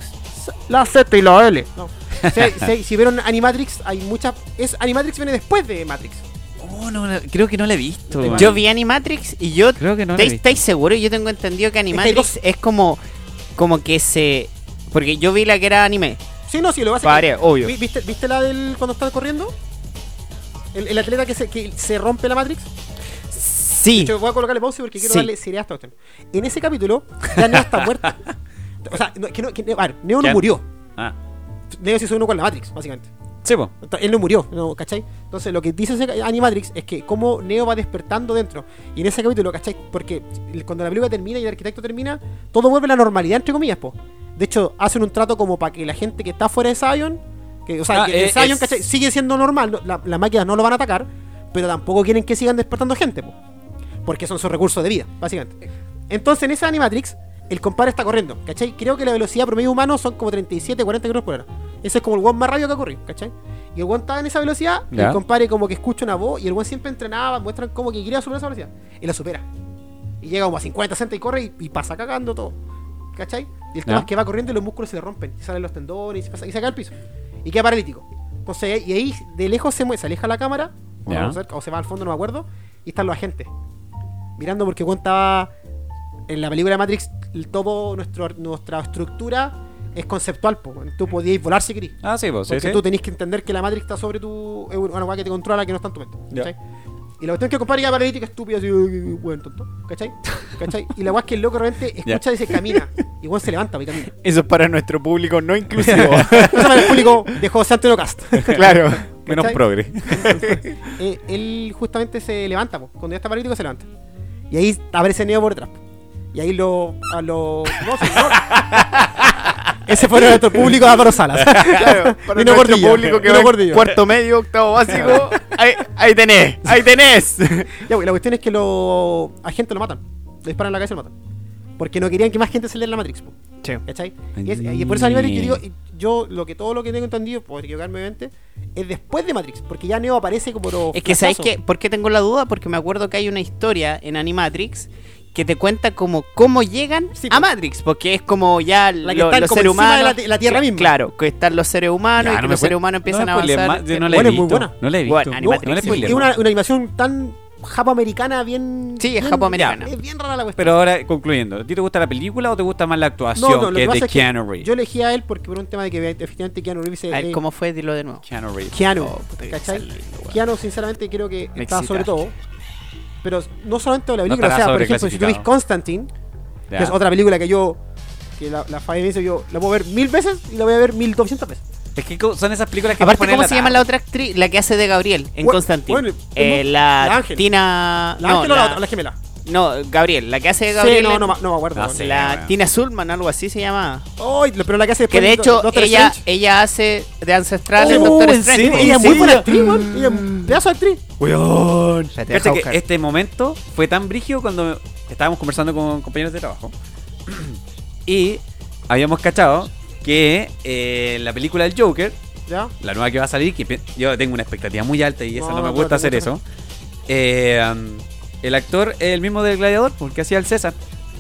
B: la Z y la L.
A: [laughs]
B: No. Si- si- si vieron Animatrix, hay muchas. Es, Animatrix viene después de Matrix.
A: Oh, no, no, creo que no la he visto. man.
C: Yo vi Animatrix y yo.
A: Creo que no la he
C: ¿Estáis
A: visto.
C: estáis seguros? Yo tengo entendido que Animatrix
B: dos.
C: es como. Como que se. Porque yo vi la que era anime.
B: Sí, no, sí, lo vas a
C: Varias, obvio.
B: Vi- ¿Viste, ¿Viste la del cuando estás corriendo? El, el atleta que se, que se rompe la Matrix.
C: Sí.
B: Yo voy a colocarle pause porque quiero
C: Sí.
B: darle seriedad a esta cuestión. En ese capítulo, ya
A: [laughs]
B: Neo está muerta. O sea, no, que no, que- a ver, Neo no
A: Ya.
B: murió.
A: Ah.
B: Neo se hizo uno con la Matrix, básicamente.
A: Sí, po.
B: Ento- Él no murió, ¿no? ¿cachai? Entonces lo que dice ese Animatrix es que cómo Neo va despertando dentro. Y en ese capítulo, ¿cachai? Porque el- cuando la película termina y el arquitecto termina, todo vuelve a la normalidad, entre comillas, po. De hecho, hacen un trato como para que la gente que está fuera de Zion, que, o sea,
A: Ah,
B: que
A: eh,
B: Zion,
A: es-
B: ¿cachai? Sigue siendo normal, no- la- las máquinas no lo van a atacar, pero tampoco quieren que sigan despertando gente, po. Porque son sus recursos de vida, básicamente. Entonces en esa Animatrix, el compadre está corriendo, ¿cachai? Creo que la velocidad promedio humano son como 37, 40 km por hora. Ese es como el one más rápido que ha ocurrido, ¿cachai? Y el one estaba en esa velocidad, y
A: Ya.
B: el compadre como que escucha una voz, y el one siempre entrenaba, muestran como que quería superar esa velocidad. Y la supera. Y llega como a 50, 60 y corre y, y pasa cagando todo. ¿Cachai? Y el tema
A: Ya.
B: es que va corriendo y los músculos se le rompen, y salen los tendones, y se, pasa- y se cae al piso. Y queda paralítico. Entonces, y ahí de lejos se, mue- se aleja la cámara, o,
A: Ya.
B: no, cerca, o se va al fondo, no me acuerdo, y están los agentes. Mirando porque contaba en la película de Matrix, el- todo nuestro, nuestra estructura es conceptual. po. Tú podías volar si querís.
A: Mm. Ah, sí, po. Sí,
B: Porque
A: sí.
B: tú tenés que entender que la Matrix está sobre tu. Es una weá que te controla que no está en tu mente.
A: Ya.
B: ¿cachai? Y la cuestión es que el compadre ya paralítico, estúpido, así, "Uy, weón, tonto.
A: [laughs]
B: ¿Cachai? ¿Cachai? Y la weá es que el loco realmente
A: Ya.
B: escucha y se camina. Y weón se levanta
A: [laughs]
B: y camina.
D: Eso es para nuestro público no inclusivo.
C: [laughs]
B: Eso para el público de José Antonio Cast.
D: claro.
A: [laughs] Menos
B: ¿cachai?
A: progre.
B: Eh, él justamente se levanta, po. cuando ya está paralítico se levanta. Y ahí aparece Neo por detrás. po. Y ahí lo. A lo no, señor. [laughs] Ese fue nuestro público de Álvaro Salas.
D: Claro,
B: [laughs]
D: para
B: Vino
D: nuestro
B: Gordillo,
D: público que
B: vino
D: va en
B: Gordillo.
D: cuarto medio, octavo básico. ahí, ahí tenés, ahí tenés.
B: Ya, pues, la cuestión es que los agentes lo matan. Le disparan en la cabeza y lo matan. Porque no querían que más gente saliera en la Matrix. po. ¿Cachai? Y, es- y por eso
A: Ay.
B: animales yo digo, y yo lo que todo lo que tengo entendido, por equivocarme obviamente, es después de Matrix, porque ya Neo aparece como lo
C: Es que, ¿sabéis
B: flachazo.
C: qué? ¿Por qué tengo la duda? Porque me acuerdo que hay una historia en Animatrix que te cuenta como cómo llegan
B: Sí,
C: a
B: pues.
C: Matrix, porque es como ya
B: La que
C: lo-
B: están
C: los
B: como
C: seres
B: encima
C: humanos.
B: de la ti- la Tierra misma.
C: Claro, que están los seres
B: Ah,
C: humanos
A: Ya,
C: y que
A: Ah, no me
C: los seres
A: spoil-
C: humanos empiezan
A: no
C: a
A: me spoile
C: avanzar.
A: más, yo no la he
B: Bueno, es muy
A: visto.
B: buena.
A: No la he visto.
C: Bueno,
A: No,
C: Animatrix,
A: no la he
C: sí.
A: spoileado.
B: es una, una animación tan japoamericana, bien.
C: Sí, es
B: bien-
C: japoamericana.
B: Es bien rara la cuestión.
A: Pero ahora, concluyendo, ¿a ti te gusta la película o te gusta más la actuación
B: lo
A: que es
B: pasa
A: de
B: es que
A: Keanu Reeves?
B: Yo elegí a él porque por un tema de que efectivamente Keanu Reeves es.
C: A ver,
B: es-
C: Ah, ¿cómo fue? Dilo de nuevo.
A: Keanu Reeves.
B: Keanu,
C: Oh, puta, que
B: ¿cachai?
C: sale lindo, weón.
B: Keanu, sinceramente, creo que
C: Me
B: está sobre
C: excitaste.
B: todo. Pero no solamente de la
A: No
B: película, o
A: estará
B: sea, por ejemplo, si tú ves
A: sobreclasificado.
B: Constantine,
A: Ya.
B: que es otra película que yo, que la, la Fabi me dice, yo la puedo ver mil veces y la voy a ver mil doscientas veces.
A: Es que co- son esas películas que
C: Aparte,
A: ponen
C: ¿cómo se llama
A: tarde.
C: la otra actriz? La que hace de Gabriel en
B: Bueno,
C: Constantine.
B: bueno,
C: Eh,
B: ¿cómo?
C: la,
B: La Ángel.
C: Tina.
B: ¿La
C: no,
B: Ángel o la, otra? la gemela?
C: no, Gabriel. La que hace de Gabriel.
B: Sí, no,
C: en-
B: no, ma- no me acuerdo.
A: Ah,
B: weón.
A: sí.
C: La
A: bueno.
C: Tina Sulman, algo así se llama.
B: Ay, lo- pero la que hace
C: Que
B: después
C: de hecho,
B: Doctor
C: ella,
B: Strange.
C: ella hace de ancestral en
A: Oh,
C: Doctor
A: ¿en
C: Strange.
A: serio?
C: po.
B: Ella es Mm. muy
A: ¿en
B: buena
A: serio?
B: actriz, weón. Ella es un pedazo de actriz.
D: Weón.
A: Cacha
C: Espérate, deja
A: que
C: buscar.
A: este momento fue tan brígido cuando estábamos conversando con compañeros de trabajo [clears throat] y habíamos cachado que eh, la película del Joker,
B: ¿Ya?
A: la nueva que va a salir, que pi- yo tengo una expectativa muy alta y eso
B: No,
A: no, me
B: no,
A: gusta
B: no, no,
A: hacer
B: no.
A: eso. eh, um, el actor es el mismo del Gladiador, porque hacía el César.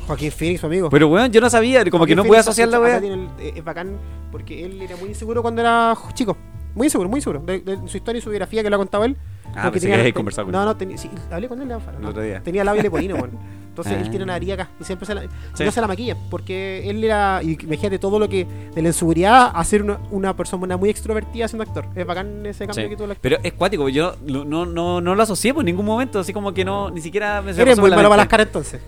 B: Joaquín Phoenix, su amigo.
A: Pero weón, yo no sabía, como que
B: Joaquín
A: no
B: Oh. Phoenix
A: pude asociar la
B: acá
A: weá.
B: tiene el- eh, Es bacán porque él era muy inseguro cuando era jo- chico. Muy inseguro, muy inseguro. De, de su historia y su biografía que lo ha contado él.
A: Ah,
B: porque
A: pensé que habías conversado con
B: No,
A: él.
B: no, tenía- sí, hablé con él la- no,
A: otro día.
B: Tenía labio leporino, bueno. Entonces él
A: Ah.
B: tiene una herida acá y siempre se la, y
A: Sí.
B: no se la maquilla porque él era. Y imagínate todo lo que. De la inseguridad a ser una, una persona muy extrovertida siendo actor. Es bacán ese cambio
A: Sí.
B: que tuvo el actor.
A: Pero es cuático, yo lo- no, no, no lo asocié por ningún momento, así como que no, ni siquiera me se me
B: Eres
A: pasó por
B: muy
A: la
B: malo para las
A: mente.
B: caras entonces.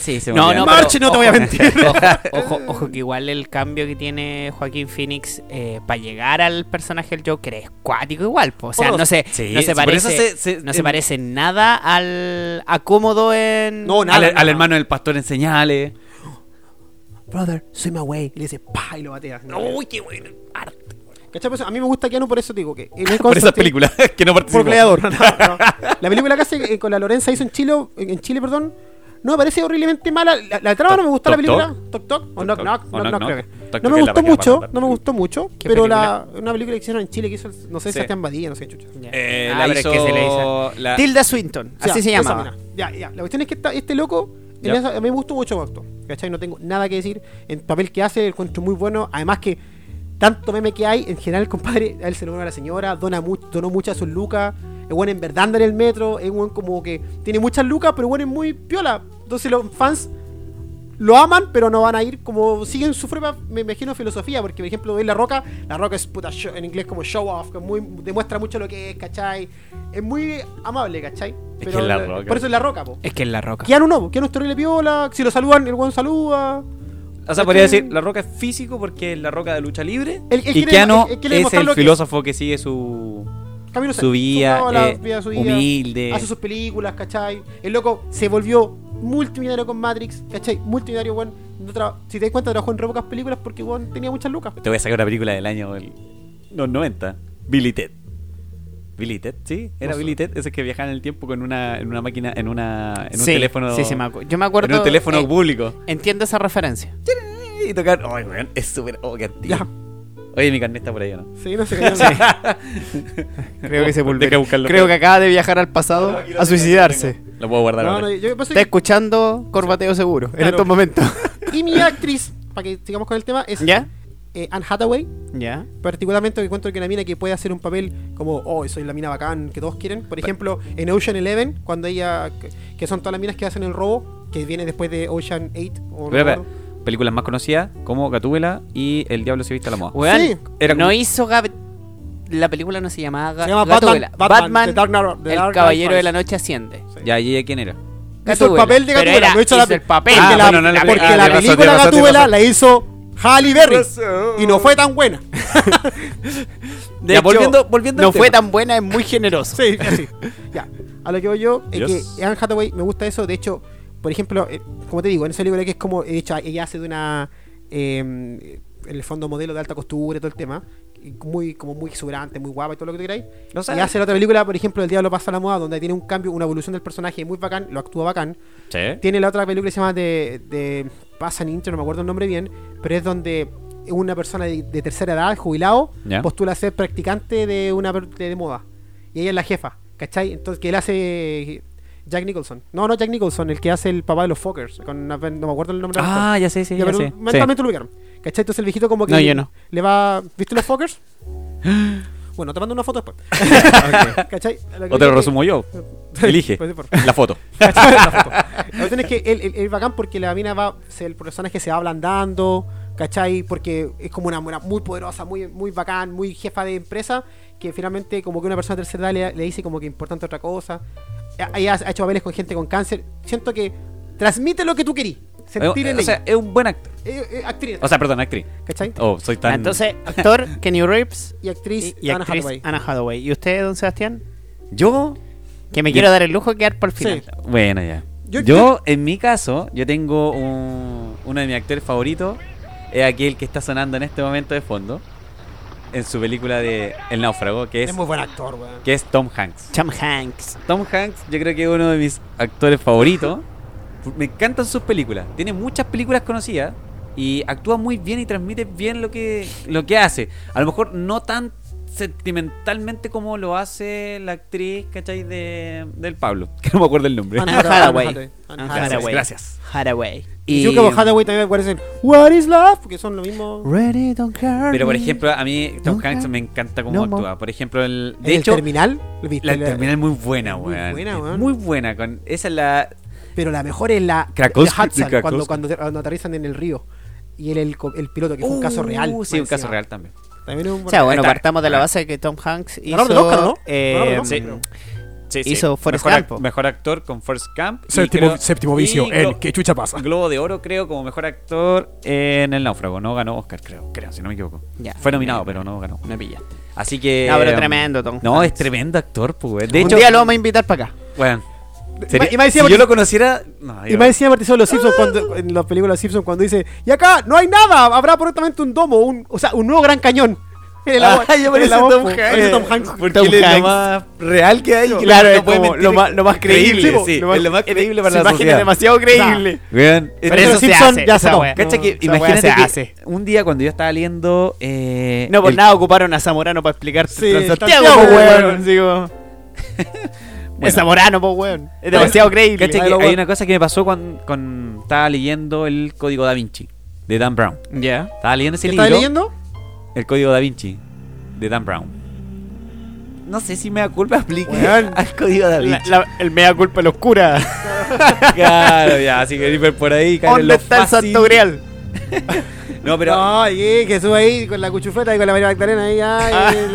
C: Sí, se
A: No,
C: murió.
A: no,
B: March, no te voy a mentir.
C: [laughs] Ojo, ojo, que igual el cambio que tiene Joaquín Phoenix eh, para llegar al personaje del Joker es cuático igual. po. O sea,
B: Bueno,
C: no se,
A: sí,
C: no se
A: por eso
C: parece,
A: se- se-
C: no se
A: em-
C: parece nada al acómodo en...
B: No, nada.
A: al, al hermano del pastor en señales.
B: Brother, swim away. Y le dice, pa, y lo batea.
A: Uy, qué bueno. Arte.
B: ¿Cachai? Por eso- A mí me gusta Keanu, por eso te digo que. en
A: [laughs]
B: el
A: Por esas
B: Constantine-
A: películas que no participó. [laughs]
B: Por goleador. No, no. La película que hace eh, con la Lorenza hizo en Chile, en Chile, perdón, no me parece horriblemente mala. La, la trama no me
A: Toc,
B: gustó la película.
A: toc.
B: Toc Toc o
A: Toc,
B: Knock
A: toc.
B: Knock.
A: O
B: Knock
A: Knock,
B: Knock,
A: knock.
B: creo que.
A: Toc, toc,
B: No
A: es
B: me
A: la
B: gustó
A: vaquera
B: mucho,
A: pasando.
B: no me gustó mucho,
C: ¿Qué
B: pero
C: película?
B: la, una película que hicieron en Chile que hizo, el- no sé,
A: Sí.
B: Sebastián Badía, no sé, chucha.
C: Ya.
A: Eh,
C: Ah,
A: la
C: pero es que
A: hizo
C: se le hizo-
A: la-
C: Tilda Swinton,
B: Ya,
C: así se
B: esa
C: llamaba.
B: mina. Ya, ya. La cuestión es que esta- este loco, en
A: Ya.
B: esa- a mí me gustó mucho como actor. ¿Cachai? No tengo nada que decir. El papel que hace, el encuentro muy bueno. Además que tanto meme que hay, en general, compadre, a él se lo dona a la señora, dona mu- donó muchas sus lucas. Es bueno en verdad anda en el metro. Es bueno como que tiene muchas lucas, pero bueno es muy piola. Entonces los fans lo aman, pero no van a ir como siguen su propia, me imagino, filosofía. Porque, por ejemplo, veis La Roca, La Roca es puta show- en inglés como show off, que es muy, demuestra mucho lo que es, ¿cachai? Es muy amable, ¿cachai?
A: Es que es La
B: eh,
A: Roca.
B: Por eso es La Roca, po.
C: Es que es la roca.
B: Keanu no, po. Keanu es terrible piola. Si lo saludan, el buen saluda.
A: O sea, podría decir, La Roca es físico porque es la Roca de lucha libre.
B: Él- él
A: y
B: quiere-
A: Keanu
B: él quiere
A: es
B: demostrar
A: el
B: lo que-
A: filósofo que sigue su,
B: Camino
A: su vida, eh, humilde.
B: Hace sus películas, ¿cachai? El loco se volvió multimillonario con Matrix, ¿cachai? Multimillonario, weón. No tra- si te das cuenta, trabajó en re pocas películas porque, weón, tenía muchas lucas.
A: Te voy a sacar una película del año el- los 90. Billy Ted. Billy Ted, sí. Era
B: No sé.
A: Billy Ted, ese que viajaba en el tiempo con una, en una máquina, en una, en un
C: Sí,
A: teléfono.
C: sí, sí, me acu- yo me acuerdo,
A: En un teléfono
C: eh,
A: público.
C: Entiendo esa referencia.
A: Y tocar. Ay, weón, es súper. Oh, qué antiguo.
B: Ya.
A: Oye, mi carnet está por ahí, ¿o ¿no?
B: Sí,
A: [laughs]
B: no sé qué.
C: [laughs] Creo que
A: Deja
C: se volvió.
A: buscarlo.
C: Creo que acaba de viajar al pasado a suicidarse.
A: Lo puedo guardar
B: No,
A: ahora.
B: no, yo pasa
C: Está
B: que-
C: escuchando Corbateo Seguro en
B: Claro.
C: estos momentos.
B: Y mi actriz, para que sigamos con el tema, es
C: ¿Ya?
B: eh, Anne Hathaway.
C: ¿Ya?
B: Particularmente encuentro que una mina que puede hacer un papel como, oh, soy la mina bacán que todos quieren. Por ejemplo, en Ocean Eleven, cuando ella, que- que son todas las minas que hacen el robo, que viene después de Ocean 8. O no
A: Espera, espera.
B: recuerdo.
A: Películas más conocidas como Gatúbela y El Diablo se viste a la moda.
C: Weón,
B: Sí.
A: Era
C: no
A: como-
C: hizo Gab- La película no se llamaba Ga-
B: Se llama
C: Gatúbela.
B: Batman, Batman, The Dark Knight- The
C: el
B: Dark Knight
C: caballero de
B: Rises.
C: la noche asciende.
B: Sí.
A: Ya, ¿y ella quién era?
B: Hizo el
C: Gatúbela.
B: papel de
C: Pero
B: Gatúbela,
C: era-
B: no hizo, la,
C: hizo el papel.
B: Porque
A: Ah,
B: la,
A: bueno, no, la-
B: porque
A: ah,
B: la
A: tiene razón,
B: película
A: tiene razón, tiene
B: Gatúbela
A: razón.
B: la hizo Halle Berry.
A: razón.
B: Y no fue tan buena.
A: Ya, volviendo- volviendo al
C: no fue
A: tema.
C: tan buena, es muy generoso.
B: Sí, así. ya. A lo que voy yo es
A: Yes.
B: que Anne Hathaway me gusta eso. De hecho, por ejemplo, eh, como te digo, en esa película que es como, de hecho, ella hace de una. eh, en el fondo modelo de alta costura y todo el tema. y Muy, como muy exuberante, muy guapa y todo lo que tú queráis.
A: No sé.
B: Y hace la otra película, por ejemplo, El Diablo pasa a la moda, donde tiene un cambio, una evolución del personaje muy bacán, lo actúa bacán.
A: Che.
B: Tiene la otra película que se llama de, de Pasa Ninja, no me acuerdo el nombre bien, pero es donde una persona de, de tercera edad, jubilado,
A: Ya.
B: postula a ser practicante de una per- de, de moda. Y ella es la jefa, ¿cachai? Entonces, que él hace Jack Nicholson. No, no Jack Nicholson, el que hace el papá de los Fockers. Con una- no me acuerdo el nombre. del
A: Ah,
B: actor.
A: ya sé, sí, ya
B: pero
A: sé.
B: Mentalmente lo ubicaron. ¿Cachai? Entonces el viejito como que
C: No, yo no.
B: le va... ¿Viste
A: [gasps]
B: los Fockers? bueno, te mando
A: [laughs]
B: una foto después. ¿Cachai? Lo que
A: O te lo
B: digo es que- [laughs]
A: resumo yo. Elige
B: Pues, por-
A: la [laughs] foto.
B: la cuestión es que él, él- él es bacán porque la mina va, se- el personaje se va ablandando, ¿cachai? Porque es como una, una muy poderosa, muy, muy bacán, muy jefa de empresa, que finalmente como que una persona de tercera edad le, le dice como que importante otra cosa. Ha, ella ha hecho papeles con gente con cáncer. Siento que transmite lo que tú querís. Sentir en
A: Eh, o sea,
B: ella.
A: es un buen actor.
B: Eh, eh, actriz,
A: O sea, perdón, actriz.
B: ¿cachai?
A: Oh, soy tan.
C: Ah, Entonces, actor Kenny Reeves
B: Y actriz,
C: y, y
B: Anna
C: actriz
B: Hathaway.
C: Anna Hathaway. ¿Y usted, don Sebastián?
A: Yo.
C: Que me
A: Yo-
C: quiero dar el lujo de quedar por el
B: Sí.
C: final.
A: Bueno, ya. Yo,
B: Yo-
A: en mi caso, yo tengo un- uno de mis actores favoritos. Es aquel que está sonando en este momento de fondo. En su película de El Náufrago, que
B: Es,
A: es,
B: muy buen actor, weón.
A: que es Tom Hanks.
C: Tom Hanks.
A: Tom Hanks, yo creo que es uno de mis actores favoritos. Me encantan sus películas. Tiene muchas películas conocidas y actúa muy bien y transmite bien lo que, lo que hace. A lo mejor no tan sentimentalmente como lo hace la actriz, ¿cachai? De, del Pablo, [laughs] que no me acuerdo el nombre.
B: Ana
C: Anna Hathaway.
B: Hathaway. Anna
C: Anna
B: Hathaway.
C: Hathaway.
A: Gracias.
C: Hathaway.
B: Y Yuka Hathaway también me parecen What is love? Porque son lo mismo.
C: Ready, don't care
A: Pero por
C: me.
A: ejemplo, a mí Tom
C: Nunca.
A: Hanks me encanta cómo
C: No more.
A: actúa. Por ejemplo, el,
B: En
A: de
B: el
A: hecho,
B: terminal, ¿lo viste?
A: la terminal es muy buena,
B: muy
A: weón.
B: buena,
A: Es
B: weón.
A: Muy buena. Con, esa es la,
B: Pero la mejor es la
A: Krakowski-
B: la Hudson,
A: de
B: cuando,
A: Krakowski.
B: cuando, cuando aterrizan en el río. Y él, el, co- el piloto, que fue un caso
A: Uh,
B: real.
A: Sí, un
B: más
A: caso
B: encima.
A: real también.
B: También es un
C: O sea, bueno,
A: Ahí está.
C: partamos de la base de que Tom Hanks hizo...
B: Ganador del Oscar, ¿no?
C: eh,
B: Ganador del Oscar,
C: sí.
B: creo.
A: Sí, sí.
C: hizo Forrest
A: mejor, ac-
C: Gump.
A: mejor actor con Forrest Camp.
E: Séptimo, séptimo vicio, él. ¿Qué chucha pasa?
A: Globo de Oro, creo, como mejor actor en El Náufrago. No ganó Oscar, creo, creo, si no me equivoco.
C: Ya.
A: Fue nominado, pero no ganó.
C: Me pillaste.
A: Así que.
C: No, pero
A: um,
C: tremendo, Tom
A: No,
C: Hanks.
A: es tremendo actor, pues. güey. De
C: un
A: hecho,
C: día lo vamos a invitar para acá.
A: bueno,
B: Y me- y me decía
A: si
B: porque-
A: yo lo conociera. No,
B: Y
A: yo-
B: más encima participó en los Simpsons
A: Uh.
B: cuando, en las películas de los Simpsons cuando dice, y acá no hay nada, habrá probablemente un domo, un, o sea, un nuevo gran cañón. [laughs] En el
A: Ah,
B: agua- en el agua, po. Parece Tom Hanks.
A: Porque
C: Tom
A: él es
C: Hanks.
A: lo más real que hay. y
C: Claro,
A: no
C: es
A: puede
C: como
A: mentir.
C: lo más- lo más creíble,
A: sí,
C: lo más-
A: es lo más creíble para
C: Su
A: la
C: imagen es
A: sociedad.
C: demasiado creíble.
A: Weón,
C: Pero
A: es-
B: Pero
C: eso se
B: Simpson
C: hace,
B: ya
C: esa
B: se tomó.
C: wea.
A: Cacha que
C: esa weá
A: imagínate
C: se
A: que
C: hace.
A: un día cuando yo estaba leyendo eh,
C: No, por
A: el-
C: nada ocuparon a Zamorano para explicarte
B: Sí,
C: Transantiago,
B: Santiago,
C: po,
B: weón.
C: weón. Digo, [laughs] Es Zamorano, po, weón. Es demasiado creíble.
A: cacha que hay una cosa que me pasó cuando, cuando estaba leyendo el Código Da Vinci de Dan Brown.
C: Ya.
A: Estaba leyendo ese libro,
B: ¿Estás leyendo?
A: el Código Da Vinci de Dan Brown. No sé si me da culpa aplique
C: Weón.
A: [laughs] al Código Da
C: La-
A: Vinci.
C: la- el mea culpa de los curas.
A: Claro, ya, así que ir por ahí, caer en lo
C: ¿Dónde está el
A: fácil.
C: Santo Grial?
A: No, pero eh,
B: No, y Jesús ahí con la cuchufleta y con la María Magdalena ahí, ay, la-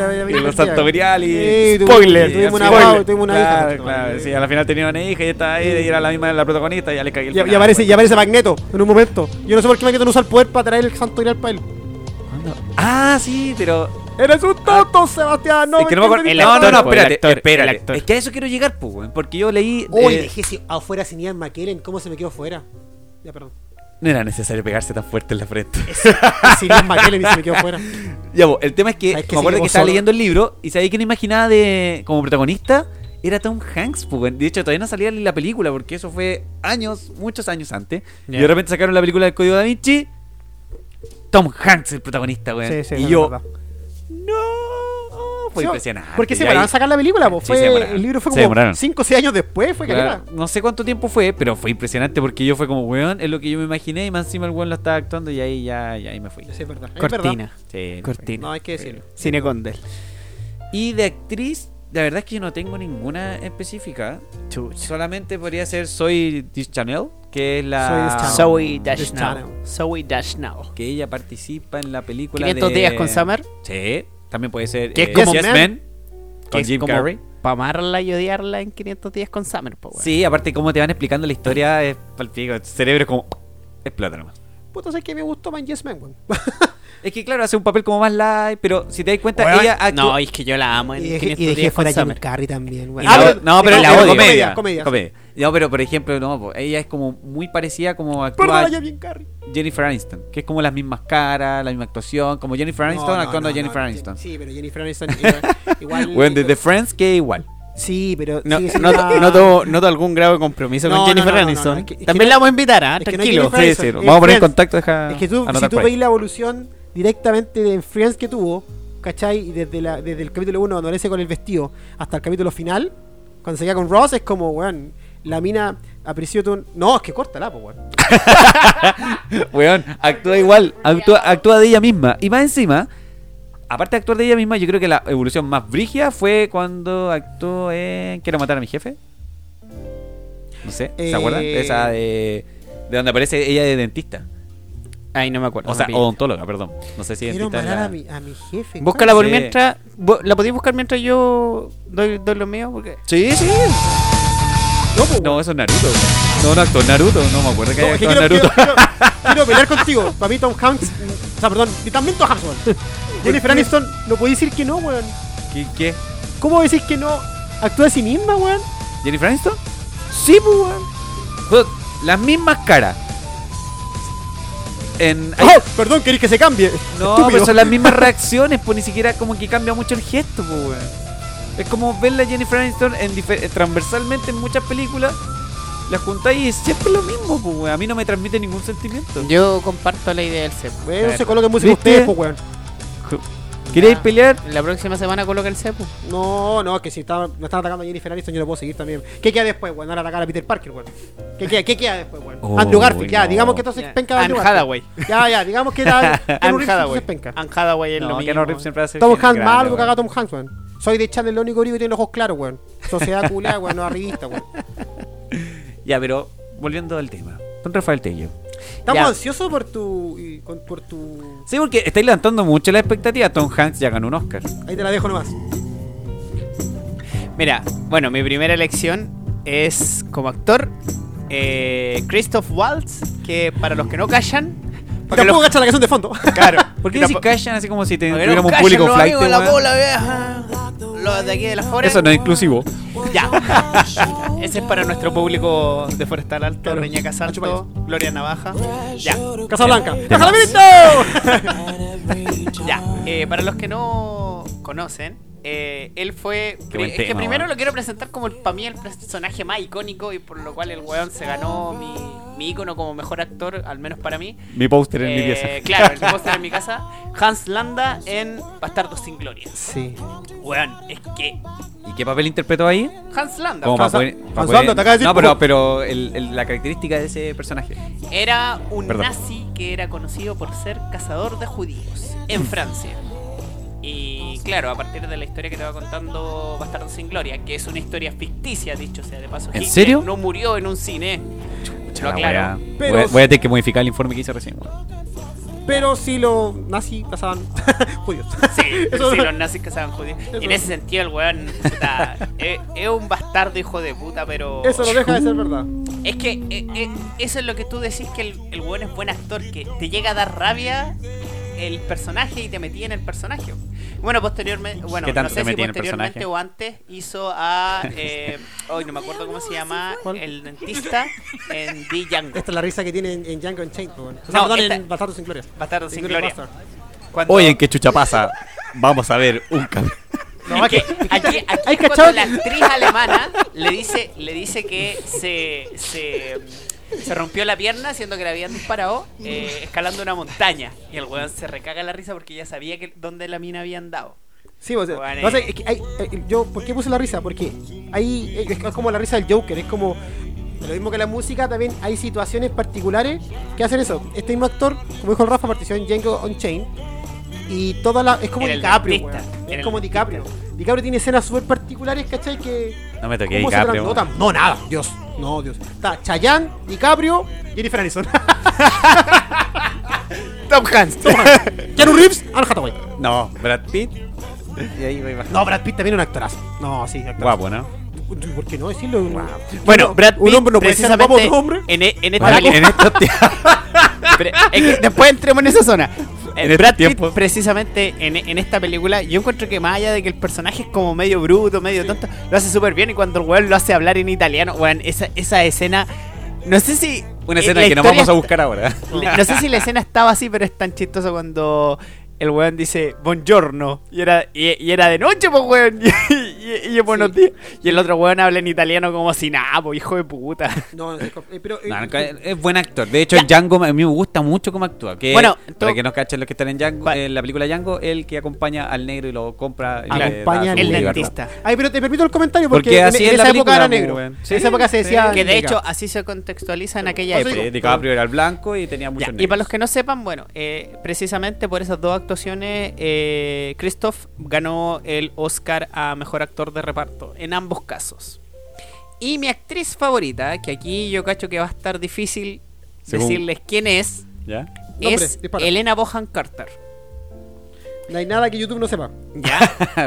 B: la- la-
A: Ah, Y los Santo Grial y.
B: Sí, tuvimos-
C: Spoiler,
B: Tuvimos una
A: Spoiler.
B: guagua, tuvimos una
A: Claro,
B: hija.
A: claro, sí, a la final tenía una hija y estaba ahí, y era la misma de la protagonista, y ya le cagué el
B: Y, y
A: final,
B: aparece,
A: pues.
B: y aparece Magneto en un momento. Yo no sé por qué Magneto no usa el poder para traer el santo grial para él.
A: ¿Cuándo? Ah, sí, pero.
B: Eres un tonto, Sebastián. No,
A: Ah. es que no me acuerdo.
C: el
A: no,
C: actor,
A: no, no,
C: po, el
A: espérate,
C: actor,
A: espérate.
C: el actor.
A: Es que a eso quiero llegar, pues, weón, porque yo leí.
B: Oye,
A: eh,
B: dejé si- afuera sin Ian McKellen. ¿Cómo se me quedó afuera? Ya, [laughs] perdón.
A: no era necesario pegarse tan fuerte en la frente.
B: Sin Ian McKellen y se me quedó afuera.
A: [laughs] ya, po, el tema es que.
B: ¿Sabes qué?
A: me acuerdo que
B: Sí, vos
A: estaba
B: solo-
A: leyendo el libro y sabía que no imaginaba de. como protagonista. Era Tom Hanks, pues, weón. de hecho todavía no salía en la película porque eso fue años, muchos años antes.
C: Ya.
A: Y de repente sacaron la película del Código Da Vinci. Tom Hanks el protagonista, weón.
B: Sí, sí,
A: y
B: no,
A: yo,
B: es verdad.
A: No, fue
B: Sí,
A: impresionante.
B: Porque se
A: Y ahí-
B: demoraron a sacar la película, po.
A: Sí,
B: Fue-
A: se demoraron.
B: el libro fue
A: Se
B: como
A: demoraron.
B: 5 o 6 años después, fue
A: Claro,
B: caleta.
A: no sé cuánto tiempo fue, pero fue impresionante porque yo fue como, weón, es lo que yo me imaginé y más encima el weón lo estaba actuando y ahí ya, y ahí me fui.
B: Sí, es verdad. es verdad.
C: Cortina.
A: Sí,
C: Cortina.
B: No, hay que decirlo.
C: Cine Condel.
A: Y de actriz, la verdad es que yo no tengo ninguna específica.
C: Chucha.
A: Solamente podría ser Soy Chanel, que es la...
B: Soy
C: Zoe
B: Deschanel. Dash
C: Dash
B: Now.
C: Now. Zoe Dash Now.
A: Que ella participa en la película
C: 500
A: de-
C: días con Summer.
A: Sí, también puede ser... eh,
C: Que es como
A: Yes
C: Man,
A: Man,
C: Que
A: con
C: es
A: Jim
C: como
A: Carrey.
C: Pa' amarla y odiarla en 510 con Summer, po, weón.
A: Sí, aparte cómo te van explicando la historia, es palpico, el cerebro es como... Explota nomás.
B: Puta, sé que me gustó Man Yes Man, weón. [laughs]
A: Es que claro, hace un papel como más light, pero si te das cuenta,
C: Weón,
A: ella actúa-
C: No, es que yo la amo en 510 con Summer.
B: Carrey también, weón. Ah,
A: Y la- no, Ah, pero
C: no,
A: la
C: pero
A: odio.
B: Comedia, comedia.
A: Comedia. No, pero por ejemplo, no, po, ella es como muy parecida como actúa
B: Perdón, bien Carrey.
A: Jennifer Aniston, que es como las mismas caras, la misma actuación, como Jennifer Aniston
B: No, no,
A: actuando
B: no,
A: a Jennifer
B: no,
A: Aniston.
B: Sí, pero Jennifer Aniston igual- igual.
C: [laughs]
A: Bueno, de The Friends que igual.
B: Sí, pero.
C: No,
B: sigue siendo
C: no,
B: la-
C: no tuvo, no tuvo algún grado de compromiso
B: No, no,
C: con Jennifer
B: no, no, no,
C: Aniston.
B: es que- es que
C: También
B: no-
C: la vamos a invitar, ¿ah?
B: es que no hay
C: Tranquilo.
B: Jennifer Aniston.
A: Vamos a poner en
B: Friends.
A: contacto, deja.
B: Es que
C: Ah,
B: tú, si
A: anotar
B: tú
A: por ahí.
B: veis la evolución directamente de Friends que tuvo, ¿cachai? Y Desde, la, desde el capítulo 1, cuando aparece con el vestido, hasta el capítulo final, cuando se queda con Ross, es como, weón, la mina apreció tu. No, es que córtala, pues, weón.
A: Weón, actúa igual, actúa, actúa de ella misma. Y más encima, aparte de actuar de ella misma, yo creo que la evolución más brígida fue cuando actuó en Quiero matar a mi jefe. No sé, ¿se
B: Eh.
A: acuerdan? Esa de, de donde aparece ella de dentista.
C: Ay, no me acuerdo.
A: O sea,
C: me pillé.
A: odontóloga, perdón. No sé si
B: Quiero
A: dentista es
B: matar
A: la-
B: a, mi, a mi jefe.
C: Búscala por
A: Sí.
C: mientras. bo- ¿La podéis buscar mientras yo doy, doy los míos? Porque.
A: Sí, sí.
B: No, pues,
A: No, eso es Naruto. No, no actuó en Naruto. No me acuerdo que
B: No,
A: haya
B: es que
A: actuado en
B: quiero,
A: Naruto.
B: quiero-
A: [laughs]
B: quiero- quiero pelear contigo. Para mí Tom Hanks... mm, O sea, perdón. y También Tom Hanks, weón. Jennifer Aniston, no puedo decir que no, weón.
A: [laughs] ¿Qué, qué?
B: ¿Cómo decís que no? Actúa de sí misma, weón.
A: ¿Jennifer Aniston?
B: Sí, pues, weón.
A: Pues, Las mismas caras. En, hay-
B: Oh, perdón, querés que se cambie.
A: [laughs] No,
B: Estúpido.
A: pero son las mismas reacciones, pues ni siquiera como que cambia mucho el gesto, pues, weón. Es como verla a Jennifer Aniston en difer- eh, transversalmente en muchas películas, las juntáis y es siempre lo mismo, pues, weón. A mí no me transmite ningún sentimiento.
C: Yo comparto la idea del CEP.
B: Weón, se coloquen música
A: ¿Viste?
B: ustedes, pues, weón.
A: ¿Queréis pelear?
C: La próxima semana coloca el CEPU.
B: No, no, que si está, me están atacando a Jennifer Aniston, yo lo puedo seguir también. ¿Qué queda después, weón? Ahora atacar a Peter Parker, weón. ¿Qué queda, qué queda después, weón?
A: Oh,
B: Andrew Garfield, ya,
A: no.
B: digamos que entonces
C: Ya,
B: penca de Andrew
C: Anne
B: Garfield.
C: Hathaway.
B: Ya, ya, digamos que
C: [laughs]
B: era
C: Anne
B: Andrew Garfield, pues. entonces
C: Hathaway.
B: penca.
C: Anne Hathaway es lo
A: No,
C: mismo.
A: Keanu Reeves siempre hace
B: Tom
A: gente
B: Hanks,
A: grande,
B: más algo que
A: weón.
B: haga Tom Hanks, weón. Soy de Channel, el único gringo que tiene los ojos claros, weón.
C: [laughs]
B: Sociedad culiada, weón, no arribista, weón.
A: Ya, pero volviendo al tema. Don Rafael Tello.
B: Estamos
C: Ya.
B: ansiosos por tu, y con- por tu...
A: Sí, porque estáis levantando mucho la expectativa. Tom Hanks ya ganó un Oscar.
B: Ahí te la dejo nomás.
C: Mira, bueno, mi primera elección es como actor eh, Christoph Waltz, que para los que no callan, para que
B: Tampoco
C: los-
B: cacha la canción
C: [laughs]
B: de fondo.
C: claro,
A: ¿Por qué
C: para-
A: si callan así como si te-
C: para que
A: tuviéramos
C: los
A: un
C: callan
A: público
C: los
A: flight?
C: amigos de la bola, vieja, los de aquí de la forest.
A: Eso no es inclusivo.
C: Ya. Ese es para nuestro público de Forestal Alto, Reñaca Salto, Gloria Navaja. Ya.
B: Casablanca.
C: Ya, eh, para los que no conocen, eh, él fue.
A: Qué buen
C: es que
A: tema,
C: primero
A: weón.
C: lo quiero presentar como para mí el personaje más icónico y por lo cual el weón se ganó mi, mi ícono como mejor actor, al menos para mí.
A: Mi póster en mi
C: Eh,
A: pieza. [laughs]
C: Claro, el póster en mi casa. Hans Landa en Bastardos sin Gloria.
B: Sí.
C: Weón, es que.
A: ¿Y qué papel interpretó ahí?
C: Hans Landa
A: Como para
B: Hans-
A: poder-
B: Hans
A: para
B: Landa,
A: poder-
B: te acaba de decir,
A: No, pero,
B: por-
A: pero el- el- la característica de ese personaje.
C: era un
A: Perdón.
C: nazi que era conocido por ser cazador de judíos
A: Mm.
C: en Francia. Y claro, a partir de la historia que te va contando Bastardo sin Gloria, que es una historia ficticia, dicho sea de paso.
A: ¿En
C: Hitler
A: serio?
C: No murió en un cine.
A: La
C: Lo aclaro.
A: wea.
B: Pero-
A: Voy, a, voy a tener que modificar el informe que hice recién. weón.
B: Pero si los nazis pasaban [laughs] judíos.
C: Sí,
A: [laughs]
B: Eso-
C: sí, los nazis cazaban judíos. Y en
B: Eso-
C: ese sentido, el weón puta, [laughs] es, es un bastardo hijo de puta, pero.
B: Eso no deja de ser verdad.
C: Es que eh, eh, eso es lo que tú decís que el, el weón es buen actor, que te llega a dar rabia el personaje y te metí en el personaje. Bueno, posteriormente, bueno,
A: ¿Qué tanto
C: no sé
A: te
C: si
A: metí en el
C: posteriormente
A: personaje?
C: o antes hizo a [laughs] eh, hoy no me acuerdo cómo se llama, el dentista en The Django.
B: Esta es la risa que tienen en Django Unchained. po, weón. O sea,
C: No,
B: perdón,
C: esta-
B: en Bastardos sin Gloria.
C: Bastardo sin
B: En
C: gloria.
B: Bastard.
C: Cuando-
A: Hoy en qué chucha pasa, vamos a ver un cambio.
C: No, es que aquí, aquí
B: ¿Hay
C: es cuando
B: cachado
C: la
B: que-
C: actriz alemana le dice, le dice que se, se, se rompió la pierna siendo que la habían disparado eh, escalando una montaña. Y el weón se recaga la risa porque ya sabía que dónde la mina habían dado.
B: Sí, o sea,
C: Bueno,
B: lo que pasa
C: eh.
B: es que hay- eh, yo, ¿por qué puse la risa? Porque ahí eh, es como la risa del Joker, es como lo mismo que la música, también hay situaciones particulares que hacen eso. Este mismo actor, como dijo el Rafa, participó en Django Unchained y toda la es como
C: Era el
B: DiCaprio,
C: dentista,
B: weón.
C: era el
B: es como DiCaprio. DiCaprio tiene escenas súper particulares, ¿cachai? Que
A: No me toqué,
B: ¿cómo se
A: DiCaprio.
B: transnotan?
A: weón.
B: No, nada, Dios, no, Dios. Está Chayanne, DiCaprio, Jennifer Aniston. [laughs]
D: Tom Hanks.
B: Keanu Reeves, Anne Hathaway.
A: No, Brad Pitt. Y ahí voy bajando.
B: No, Brad Pitt también es un actorazo. No, sí, actorazo.
A: Guapo, ¿no?
B: ¿Por qué no decirlo?
C: Bueno, Brad
B: un hombre no puede ser guapo de hombre.
C: en, e- en esta
A: Bueno,
C: película- [laughs]
A: en estos tie-
C: Eh, Pero es que
D: Después entremos en esa zona.
C: Eh,
A: En este
C: Brad Pitt,
A: tiempo.
C: precisamente en, en esta película, yo encuentro que más allá de que el personaje es como medio bruto, medio tonto, lo hace súper bien y cuando el weón lo hace hablar en italiano, weón, esa, esa escena, no sé si...
A: Una
C: eh,
A: escena
C: la
A: que nos
C: historia
A: vamos a
C: está-
A: buscar ahora.
C: le- No sé si la escena estaba así, pero es tan chistoso cuando el weón dice buongiorno y era, y, y era de noche, pues weón, [laughs] y, y- y es buenos días. Y el otro weón habla en italiano como si nada, pues hijo de puta.
B: No, no, sé, eh, pero. eh,
A: No, no, es buen actor. De hecho, en Django a mí me gusta mucho cómo actúa. Que,
C: Bueno,
A: para
C: tú-
A: que no cachen los que están en Django,
C: ¿Cuál?
A: en la película Django, el que acompaña al negro y lo compra. eh, y le
B: Acompaña
A: Ah, da su
B: al
C: El
B: negro.
A: libertad.
C: dentista.
B: Ay, pero te permito el comentario porque,
A: Porque
B: en- e-
A: así
B: en,
A: es la
B: esa época
A: película,
B: era
A: po,
B: negro.
A: weón.
B: En
A: Sí,
B: esa época se decía.
C: Que de
B: negro.
C: hecho así se contextualiza en aquella
B: Por eso
C: época.
A: Sí, eh, DiCaprio era el blanco y tenía mucho
C: Ya, y para los que no sepan, bueno, eh, precisamente por esas dos actuaciones, eh, Christoph ganó el Oscar a Mejor Actor de Reparto, en ambos casos. Y mi actriz favorita, que aquí yo cacho que va a estar difícil
A: Según-
C: decirles quién es, [laughs]
A: ¿Ya?
B: Nombre,
C: es
B: dispara.
C: Elena
A: [laughs]
C: Bohan Carter.
B: No hay nada que YouTube no sepa.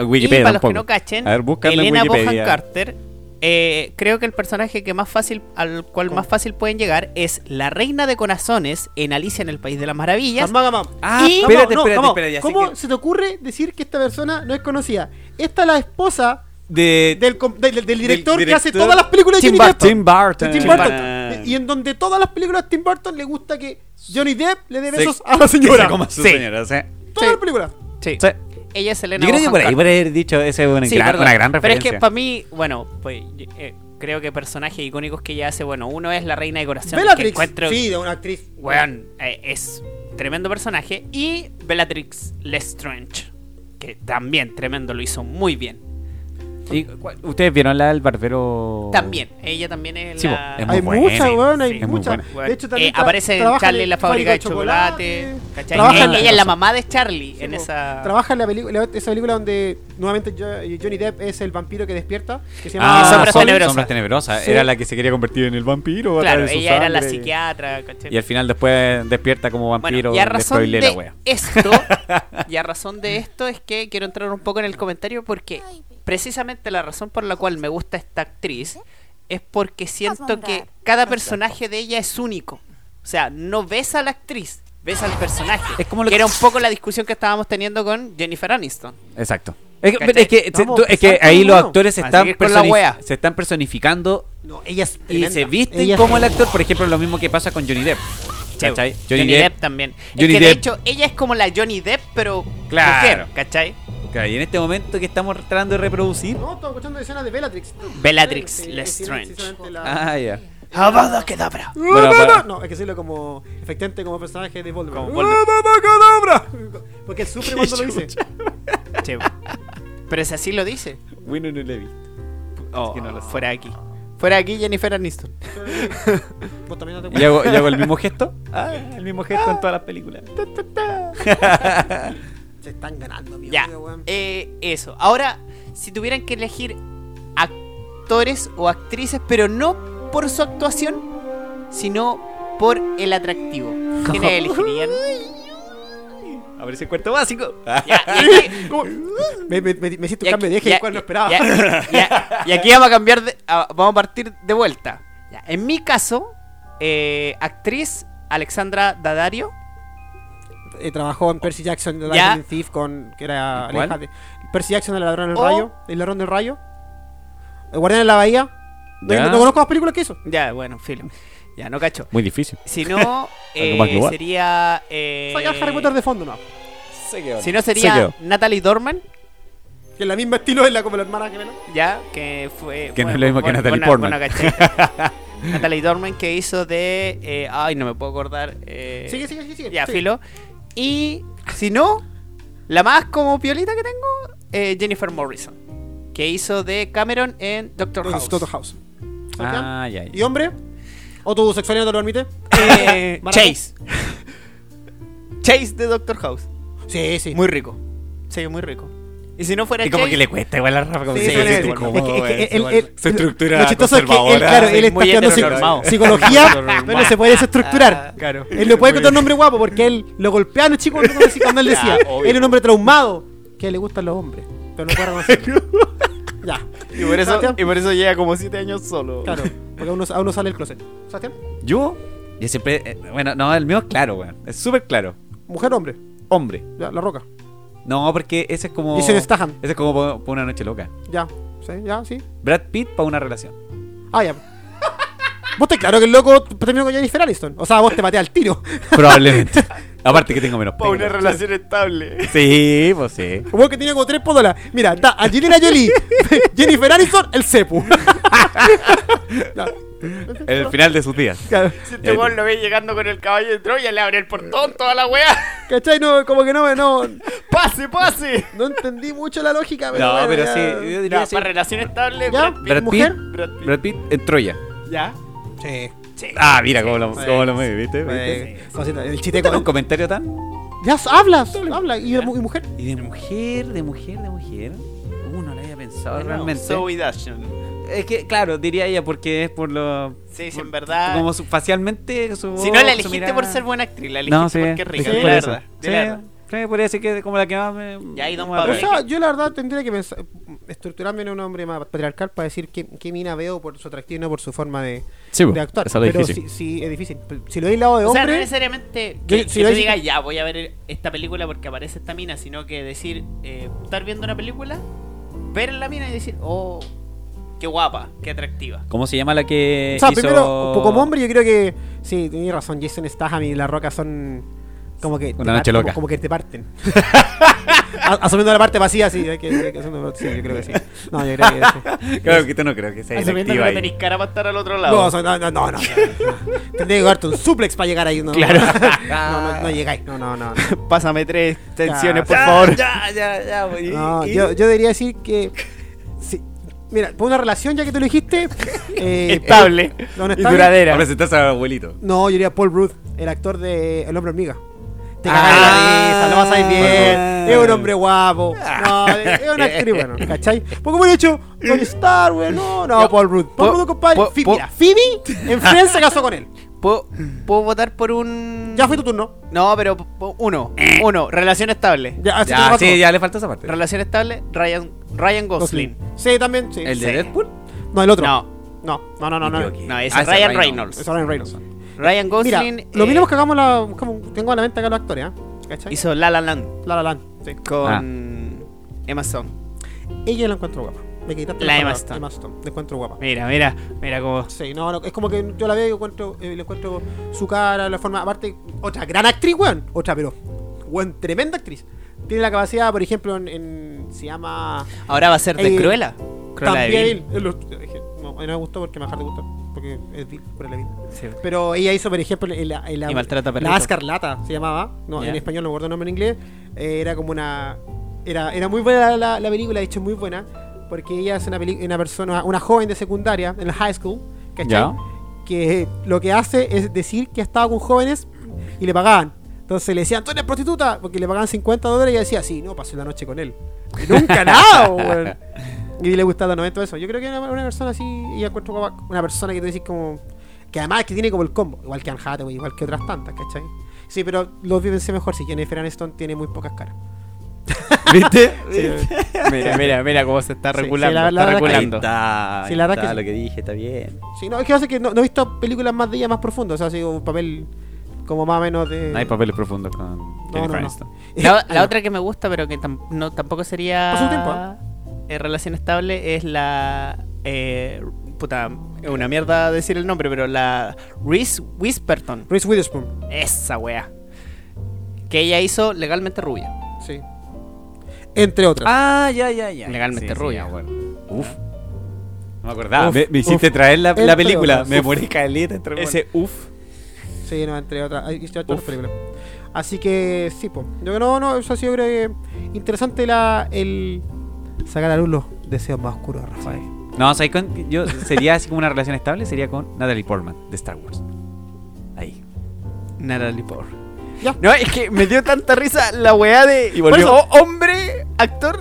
A: Wikipedia
C: y para los
A: tampoco.
C: que no cachen,
A: A ver, búscala en
C: Elena Bohan
A: Wikipedia.
C: Carter, eh, creo que el personaje que más fácil al cual más fácil pueden llegar es la reina de corazones en Alicia en el País de las Maravillas.
B: Mamá,
A: Ah,
C: Y-
A: espérate, espérate, espérate. ya sé
B: ¿Cómo
A: que-
B: se te ocurre decir que esta persona no es conocida? Esta es la esposa
A: De,
B: del, com- del- del director que
A: Eh, director
B: hace todas las películas de
A: Tim
B: Johnny
A: Burton.
B: Depp.
A: Tim Burton.
B: De Tim Burton. Y en donde todas las películas de Tim Burton le gusta que Johnny Depp le dé
A: Se-
B: besos a la
A: que
B: señora.
A: se coma a su
C: Sí.
A: señora, o sea.
B: Todas las películas.
C: Sí.
A: Sí.
C: Ella es Elena
A: Yo creo que
C: Bonham
A: por ahí
C: Carter.
A: por haber dicho ese es una,
C: Sí,
A: gran,
C: perdón.
A: una gran
C: Pero es
A: referencia.
C: que para mí, bueno, pues eh, creo que personajes icónicos que ella hace, bueno, uno es la reina de corazones que
B: Bellatrix.
C: encuentro,
B: Sí, de una actriz.
C: weón, eh, es tremendo personaje y Bellatrix Lestrange, que también tremendo lo hizo muy bien.
A: ¿Y cuál- ¿Ustedes vieron la del barbero?
C: También, ella también es
A: Sí,
C: la
A: po, es muy
B: Hay
A: buena,
B: muchas,
A: sí,
B: weón, hay
A: sí, es muy
B: muchas.
A: buena.
C: Bueno,
B: De hecho, también
C: eh,
B: tra-
C: aparece en
B: trabaja
C: Charlie en la fábrica de chocolate. ¿cachai?
B: Trabaja en
C: ella
B: la-
C: es la mamá de Charlie en
B: tipo,
C: esa.
B: Trabaja en la película, esa película donde nuevamente Jo- eh, Johnny Depp es el vampiro que despierta. Que se llama
A: Ah,
C: Y
A: Sombras
C: Sombras
A: Som- Tenebrosas.
C: Tenebrosas.
A: Tenebrosas.
B: Sí.
A: Era la que se quería convertir en el vampiro. a
C: Claro,
A: través de su
C: ella era la
A: sangre.
C: psiquiatra. ¿cachai?
A: Y al final después despierta como vampiro.
C: Bueno, y a razón
A: después
C: de
A: la wea. [laughs]
C: esto, y a razón de esto es que quiero entrar un poco en el comentario porque precisamente la razón por la cual me gusta esta actriz es porque siento que cada personaje de ella es único. O sea, no ves a la actriz, ves al personaje.
A: Es como lo que-
C: que era un poco la discusión que estábamos teniendo con Jennifer Aniston.
A: Exacto. Es que,
C: ¿Cachai?
A: es que-
B: Vamos,
A: tú- es que
B: exacto,
A: ahí los
B: bueno.
A: actores se
C: A
A: están,
C: seguir con la
A: personi-
C: wea.
A: se están personificando
B: No, ella es
A: y
B: tremenda.
A: se visten
B: Ella es
A: como el actor. Por ejemplo, lo mismo que pasa con Johnny Depp. ¿Cachai?
C: Johnny, Depp, también. es
A: Johnny
C: que de
A: Depp.
C: hecho ella es como la Johnny Depp, pero
A: Claro.
C: mujer, ¿cachai?
A: Claro, y en este momento que estamos tratando de reproducir.
B: No, estamos escuchando escenas de Bellatrix.
C: Bellatrix
B: Sí,
C: Lestrange.
B: sí, precisamente la- Uh,
A: Ah, ya.
C: Avada Kedavra.
A: Bueno, para-
B: No, hay que decirlo como efectivamente como personaje de Voldemort. Uh,
C: Como Voldemort. [laughs]
B: Porque sufre cuando lo dice.
C: Sí. Pero si así lo dice.
A: Bueno, no lo he visto.
C: Oh, fuera de aquí. Fuera de aquí Jennifer Aniston.
B: Vos también no te
A: ¿Y hago, y hago el mismo gesto? Ah, el mismo gesto en todas las películas.
B: Se están ganando, mi
C: Ya.
B: amigo, weón.
C: eh, eso. Ahora, si tuvieran que elegir actores o actrices, pero no por su actuación, sino por el atractivo.
A: [laughs]
C: ¿Quiénes elegirían?
A: A ver ese cuarto básico. [laughs]
C: Ya, y aquí- eh,
B: Me, me, me, me hiciste
C: y
B: un cambio de
C: aquí-
B: eje, el cual no esperaba.
C: ya- ya- y aquí vamos a cambiar, de- a- vamos a partir de vuelta. Ya, En mi caso, eh, actriz Alexandra Daddario.
B: Eh, trabajó en Percy Jackson The
C: Ya.
B: Lion and Thief con que era
A: ¿Y cuál?
B: aleja de- Percy Jackson el ladrón del
C: O-
B: rayo el ladrón del rayo el guardián de la bahía no,
A: Ya.
B: no conozco las películas que hizo
C: Ya, bueno, film. Ya, no cacho.
A: Muy difícil.
C: Si
B: [laughs]
C: no, eh,
A: más global.
C: sería. eh,
B: Saca el Harry Potter de fondo no
C: Si no,
A: Se
C: sería
A: quedó.
C: Natalie Dorman.
B: que es la misma estilo es la como la hermana gemela
C: Ya, que fue.
A: Que no
C: bueno,
A: es lo mismo que
C: bueno,
A: Natalie
C: buena-
A: Portman. [laughs]
C: buena cacheta. Natalie Dorman que hizo de. eh, ay, no me puedo acordar. eh,
B: sigue sigue sigue, sigue
C: Ya,
B: sigue.
C: filo. Y si no, la más como piolita que tengo, eh, Jennifer Morrison. Que hizo de Cameron en Doctor
B: Doctor
C: House.
B: Doctor House Ok.
A: Ah, ya,
B: y
A: ya.
B: hombre o tu sexualidad no te lo permite
C: Eh,
B: Maracu.
C: Chase. Chase de Doctor House.
B: sí sí
C: Muy rico. Sí, muy rico. Y si no fuera
A: Y como
C: Chase-
A: que le cuesta igual a Rafa. Como
B: Sí,
A: que
B: sí,
A: se
B: sí,
A: siente
B: sí.
A: incómodo,
B: Es que- es que
A: eh,
B: él-
A: igual.
B: él-
A: Su estructura
B: lo chistoso es que él,
A: conservadora.
B: claro, él está
C: Muy
B: estudiando
C: [laughs]
B: psic-
C: heteronormado.
B: psicología, pero no se puede desestructurar.
C: Ah, claro.
B: Él no puede encontrar un hombre guapo porque él lo golpea a los chicos cuando él decía.
A: obvio.
B: él era un hombre traumado que le gustan los hombres, pero no puede reconocerlo. ya.
C: Y por, eso,
B: Sebastián.
C: y por eso llega como 7 años solo.
B: Claro, porque aún no, aún no sale el closet. ¿Sebastián?
A: ¿Yo? Yo siempre. eh, bueno, no, el mío es claro, weón. Es súper claro.
B: Mujer o hombre.
A: Hombre.
B: Ya, la roca.
A: No, porque ese es como.
B: Jason Statham.
A: Ese es como para una noche loca.
B: Ya. Sí, ya, sí.
A: Brad Pitt para una relación.
B: Ah, ya. Vos te claro que el loco terminó con Jennifer Aniston. O sea, vos te pateas al tiro.
A: [laughs] Probablemente. Aparte que tengo menos
C: Para una
A: pelo.
C: relación estable.
A: Sí, pues sí.
B: Un weón que tiene como tres pódolas. Mira, está Angelina Jolie, [laughs] Jennifer Aniston, el cepu. [laughs] Ya.
A: El final de sus días.
B: Claro.
C: Si [laughs] este weón lo ve llegando con el caballo de Troya, le abre el portón, toda la weá.
B: ¿Cachai? No, como que no, no,
C: [laughs] ¡Pase, pase!
B: no entendí mucho la lógica, pero
A: No,
B: bueno,
A: pero
B: ya.
A: sí. Yo diría
C: Ya,
A: sí.
C: para relación estable,
B: ¿Ya?
C: Brad Pitt.
A: Brad Pitt,
B: ¿Mujer?
C: Brad Pitt.
A: Brad Pitt en Troya.
C: ¿Ya?
B: Sí.
C: Sí. Eh,
A: Ah, mira cómo lo, cómo lo mueve, ¿viste? ¿Viste?
B: Pues, cosita, el chiste
A: Tengo un
B: con...
A: comentario tan.
B: Ya hablas, habla. ¿Y, de mu- y mujer?
A: Y de mujer, de mujer, de mujer. Uh, no lo había pensado
C: No,
A: realmente.
C: Zoe Dashian.
A: Es que, claro, diría ella, porque es por lo.
C: Sí, sí, en verdad.
A: Como su- facialmente. Su
C: Ah. Si
A: voz,
C: no la
A: su
C: elegiste
A: mirada.
C: por ser buena actriz, la elegiste
A: No, sí.
C: porque es
A: sí,
C: rica.
A: por
C: de la
A: eso.
C: verdad. de la
A: Sí,
C: verdad.
A: sí, podría decir que es como la que más me.
C: Ya, y don
A: me
C: Pablo.
B: O
A: atrae.
B: sea, yo la verdad tendría que pensar, estructurarme en un hombre más patriarcal para decir qué, qué mina veo por su atractivo y no por su forma de,
A: Sí,
B: de actuar.
A: eso es
B: pero
A: difícil.
B: sí, sí, es difícil. Si lo he lado de
C: O sea, no
B: hombre,
C: necesariamente
B: Yo-
C: que,
B: si
C: que
B: lo
C: tú
B: hice-
C: digas, ya, voy a ver esta película porque aparece esta mina, sino que decir, eh, estar viendo una película, ver la mina y decir, oh, qué guapa, qué atractiva.
A: ¿Cómo se llama la que.?
B: o sea,
A: Eh, hizo-
B: primero, como hombre yo creo que, sí, tenía razón, Jason Statham y La Roca son... Como que, te
A: Una noche
B: parten,
A: loca.
B: Como, como que te parten. [laughs] A- Asumiendo la parte vacía, sí, hay que, hay que hacerlo- sí, yo creo que sí. No, yo creo que sí.
A: [laughs] Claro que tú no creo que sea
C: Asumiendo
A: efectiva
C: que no
A: ahí.
C: tenéis cara para estar al otro
B: No,
C: lado.
B: o sea, no, no, no, no. Tendría que darte un suplex para llegar ahí. No, claro. [laughs] No, no, no llegáis. No, no, no. no.
C: Pásame tres
B: tensiones, por
A: Ya, [laughs] Ya, ya, ya, güey.
B: No,
A: Y-
B: yo, yo debería decir que. sí. Mira, por una relación ya que tú
A: [laughs]
B: lo dijiste. eh,
C: Estable
B: eh, no, no
C: y
B: estable.
A: Para
C: duradera.
A: presentarse al abuelito.
B: No, yo diría Paul Rudd, el actor de El hombre hormiga. Te
A: Ah.
B: cagas la risa, lo vas a ir
A: Ah.
B: bien. Es un hombre guapo.
C: Ah.
B: No, es es una actriz, bueno, ¿cachai? Porque por hecho, Tony Star, güey, no, no, Paul Rudd. Paul
C: po-
B: Rudd, compadre.
C: po-
B: Phoebe,
C: po-
B: mira, Phoebe en Friends se casó con él.
C: ¿Puedo, puedo votar por un.
B: Ya fue tu turno.
C: No, pero p- p- uno. Uno. Relación estable.
B: Ya, así
A: Ya,
B: que
A: sí, ya le falta esa parte.
C: Relación estable, Ryan, Ryan Gosling.
B: Gosling. Sí, también, sí.
A: ¿El de
B: Sí.
A: Deadpool?
B: No, el otro.
C: No,
B: No, no, no, no. no.
A: Me equivoqué.
C: no, ese
A: Ah,
C: es Ryan Reynolds.
B: Es Ryan Reynolds.
C: Ryan
B: Mira,
C: Gosling.
B: lo
C: eh,
B: mismo que hagamos la. como- tengo a la venta acá los actores, ¿eh? ¿Cachai?
C: Hizo La La Land
B: La La Land, sí. Ah.
C: con Emma Stone.
B: Ella la encuentro guapa. Me quitaste
C: La Emma
B: palabra,
C: Stone.
B: Emma Stone. La encuentro guapa.
C: Mira, mira, mira cómo.
B: Sí, no, no, es como que yo la veo y encuentro, eh, le encuentro su cara, la forma. Aparte, otra gran actriz, weón. Otra, pero. Weón, tremenda actriz. Tiene la capacidad, por ejemplo, en. en- se llama.
C: Ahora va a ser de
B: Eh,
C: Cruella. Cruella de
B: También.
C: Vil.
B: eh, lo- dije, No, no me gustó porque me dejaste de gustar. Porque es Bill, por el Bill.
C: Sí.
B: Pero ella hizo, por ejemplo, el, el-
C: Y maltrata perritos.
B: la escarlata se llamaba. No,
C: Ya.
B: en español no me acuerdo el nombre en inglés. Eh, era como una. Era, era muy buena la, la película, de hecho, muy buena. Porque ella es una, peli- una persona, una joven de secundaria, en la high school, ¿cachai?
A: Ya.
B: Que lo que hace es decir que ha estado con jóvenes y le pagaban. Entonces le decían, tú eres prostituta, porque le pagaban 50 dólares y ella decía, sí, no, pasé la noche con él.
A: [laughs]
B: Y nunca nada, weón. Y le gustaba no todo eso. Yo creo que una, una persona así, y encuentro como una persona que tú decís como. Que además que tiene como el combo, igual que Anne Hathaway, igual que otras tantas, ¿cachai? Sí, pero los vivense mejor si Jennifer Aniston tiene muy pocas
A: [laughs]
B: caras. [laughs]
C: ¿Viste? mira, mira, mira cómo se está
B: Sí, sí,
C: regulando.
B: la- la
C: está
B: verdad que-
A: Ahí
C: regulando.
A: está,
B: Sí,
A: ahí
B: la
A: está
B: verdad que sí. Eh,
A: lo que dije, está bien.
B: Sí, no, es que pasa que no, no he visto películas más de ella más profundas, o sea, ha sido un papel como más o menos de.
A: No hay papeles profundos con Jennifer
B: no, no. [laughs]
A: Aniston.
C: La, la
B: Ah,
C: otra que me gusta, pero que tam- no, tampoco sería.
B: Pasó un tiempo,
C: eh, relación estable es la. eh, puta, es una mierda decir el nombre, pero la. Reese Whisperton.
B: Reese Witherspoon,
C: Esa wea. Que ella hizo legalmente rubia.
B: sí. Entre otras.
A: Ah, ya, ya, ya.
C: Legalmente rubia.
A: ya, bueno. Uf. No me acordaba.
B: Uf,
A: me, me hiciste
B: uf.
A: traer la, la
B: Entre
A: película.
B: otras.
A: Me
B: Uf.
A: morí caleta entre
D: Ese uff.
B: Sí, no, entre otras. Hay otras películas. Así que, sí, po. Yo no, no, eso ha sido, creo que. Interesante la, el. Sacar a luz los deseos más oscuros de Rafael.
A: No, o sea, con- yo sería así como una relación estable, sería con Natalie Portman de Star Wars. Ahí.
C: Natalie Portman.
B: Ya.
C: No, es que me dio tanta risa la weá de.
D: Y volvió.
C: Por eso, oh, hombre, actor,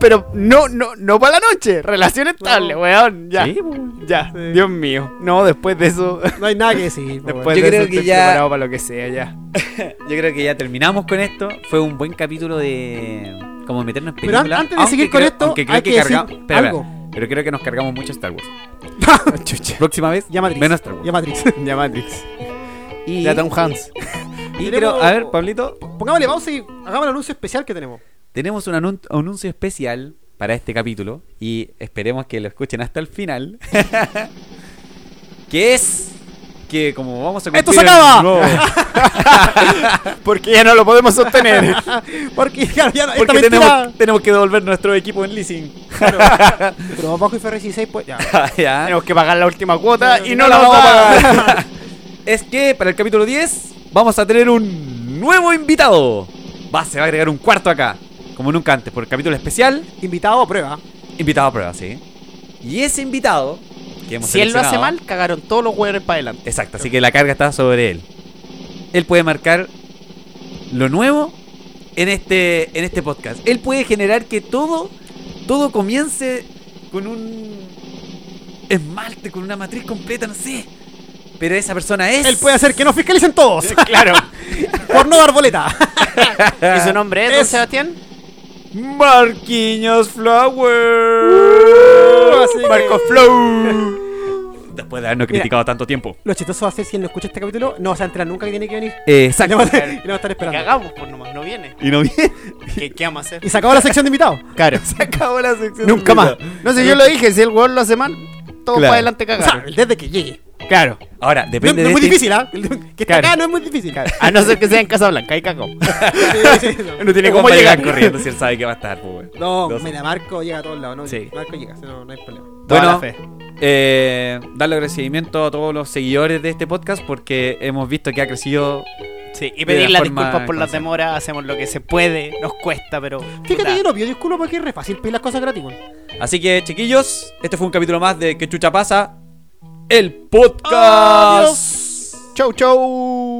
C: pero no, no, no para la noche. Relación estable,
B: No.
C: weón. Ya.
A: Sí, pues,
C: Ya.
B: Sí.
C: Dios mío. No, después de eso.
B: No hay nada que decir. po,
C: Después
A: Yo
C: de
A: creo
C: eso
A: que
C: estoy
A: ya-
C: preparado para lo que sea ya.
A: Yo creo que ya terminamos con esto. Fue un buen capítulo de como meternos en
B: Pero an-
A: películas.
B: antes de seguir con esto, hay que decir algo.
A: Pero creo que nos cargamos mucho Star Wars.
B: [laughs]
A: Próxima vez,
B: Ya Matrix.
A: menos Star Wars.
B: Ya Matrix.
C: Ya Matrix.
A: Y,
C: Ya Tom Hans.
A: y creo,
B: Tenemos-
A: a ver, Pablito,
B: Pongámosle pausa y hagamos el anuncio especial que tenemos.
A: tenemos un anun- anuncio especial para este capítulo y esperemos que lo escuchen hasta el final. [laughs] que es que como vamos a
B: ¡Esto
A: cumplir
B: se
A: el [laughs]
B: acaba! [laughs]
A: nuevo-
D: Porque ya no lo podemos sostener.
B: [laughs] Porque ya, ya esta
A: porque
B: mentira-
A: tenemos, tenemos que devolver nuestro equipo en leasing. [laughs] Ah,
B: Pero bajo IFRS 16, pues ya.
A: Ya.
C: Tenemos que pagar la última cuota y no
A: no
C: la vamos a pagar.
A: es que para el capítulo 10 vamos a tener un nuevo invitado. Va, se va a agregar un cuarto acá, como nunca antes, por el capítulo especial,
B: Invitado a prueba.
A: invitado a prueba, sí. Y ese invitado que hemos
C: [laughs] Si él lo hace
A: seleccionado-
C: mal, cagaron todos los hueones para adelante.
A: Exacto, así que la carga está sobre él. Él puede marcar lo nuevo en este, en este podcast. Él puede generar que todo, todo comience con un esmalte, con una matriz completa, no sé. Pero esa persona es.
B: Él puede hacer que nos fiscalicen todos.
C: Claro.
B: [laughs] por no dar
C: [laughs]
B: boleta.
C: ¿Y su nombre es, don
B: Es-
C: Sebastián?
A: Marquinhos
B: Uh,
A: Flower.
B: así que-
A: Marco Flow. Después de habernos
B: Mira.
A: criticado tanto tiempo.
B: Lo chistoso va a ser si él no escucha este capítulo, no se entera nunca que tiene que
C: [laughs]
B: venir. Y [laughs] le
A: Exacto.
B: va a, y le va a estar esperando.
C: Cagamos, por nomás, no viene.
A: Y no viene.
C: ¿Qué, qué vamos a hacer?
B: Y se acabó la sección de invitados. [laughs]
C: Claro.
A: Se acabó la sección.
C: Nunca más. No sé, yo lo dije, si el hueón lo hace mal, todos
A: Claro.
C: para adelante
B: O sea,
C: cagaron.
B: desde que llegue.
C: Claro.
A: Ahora,
B: No, no
A: depende
B: es
A: de
B: muy
A: este-
B: difícil, ¿ah? El de- Que está
C: Claro.
B: acá no es muy difícil.
C: A no ser que sea en Casablanca, ahí cagó.
B: [laughs]
C: [laughs]
B: Sí, sí, no.
C: No tiene
A: ¿Cómo
C: cómo
A: llegar
C: llegar.
A: corriendo si él sabe que va a estar? po, weón?
B: No,
A: Dos.
B: mira, Marco llega a todos lados, ¿no?
A: Sí.
B: Marco llega, no, no hay problema.
C: Toda la
A: Bueno,
C: fe.
A: eh, darle agradecimiento a todos los seguidores de este podcast porque hemos visto que ha crecido.
C: Sí, y
A: de
C: pedir las
A: forma
C: disculpas por las
A: consciente.
C: demoras, hacemos lo que se puede, nos cuesta, pero.
B: Fíjate
C: puta.
B: que no pido disculpas porque es re fácil pedir las cosas gratis, weón.
A: Así que, chiquillos, este fue un capítulo más de Que Chucha Pasa, el podcast.
C: Chau, chau.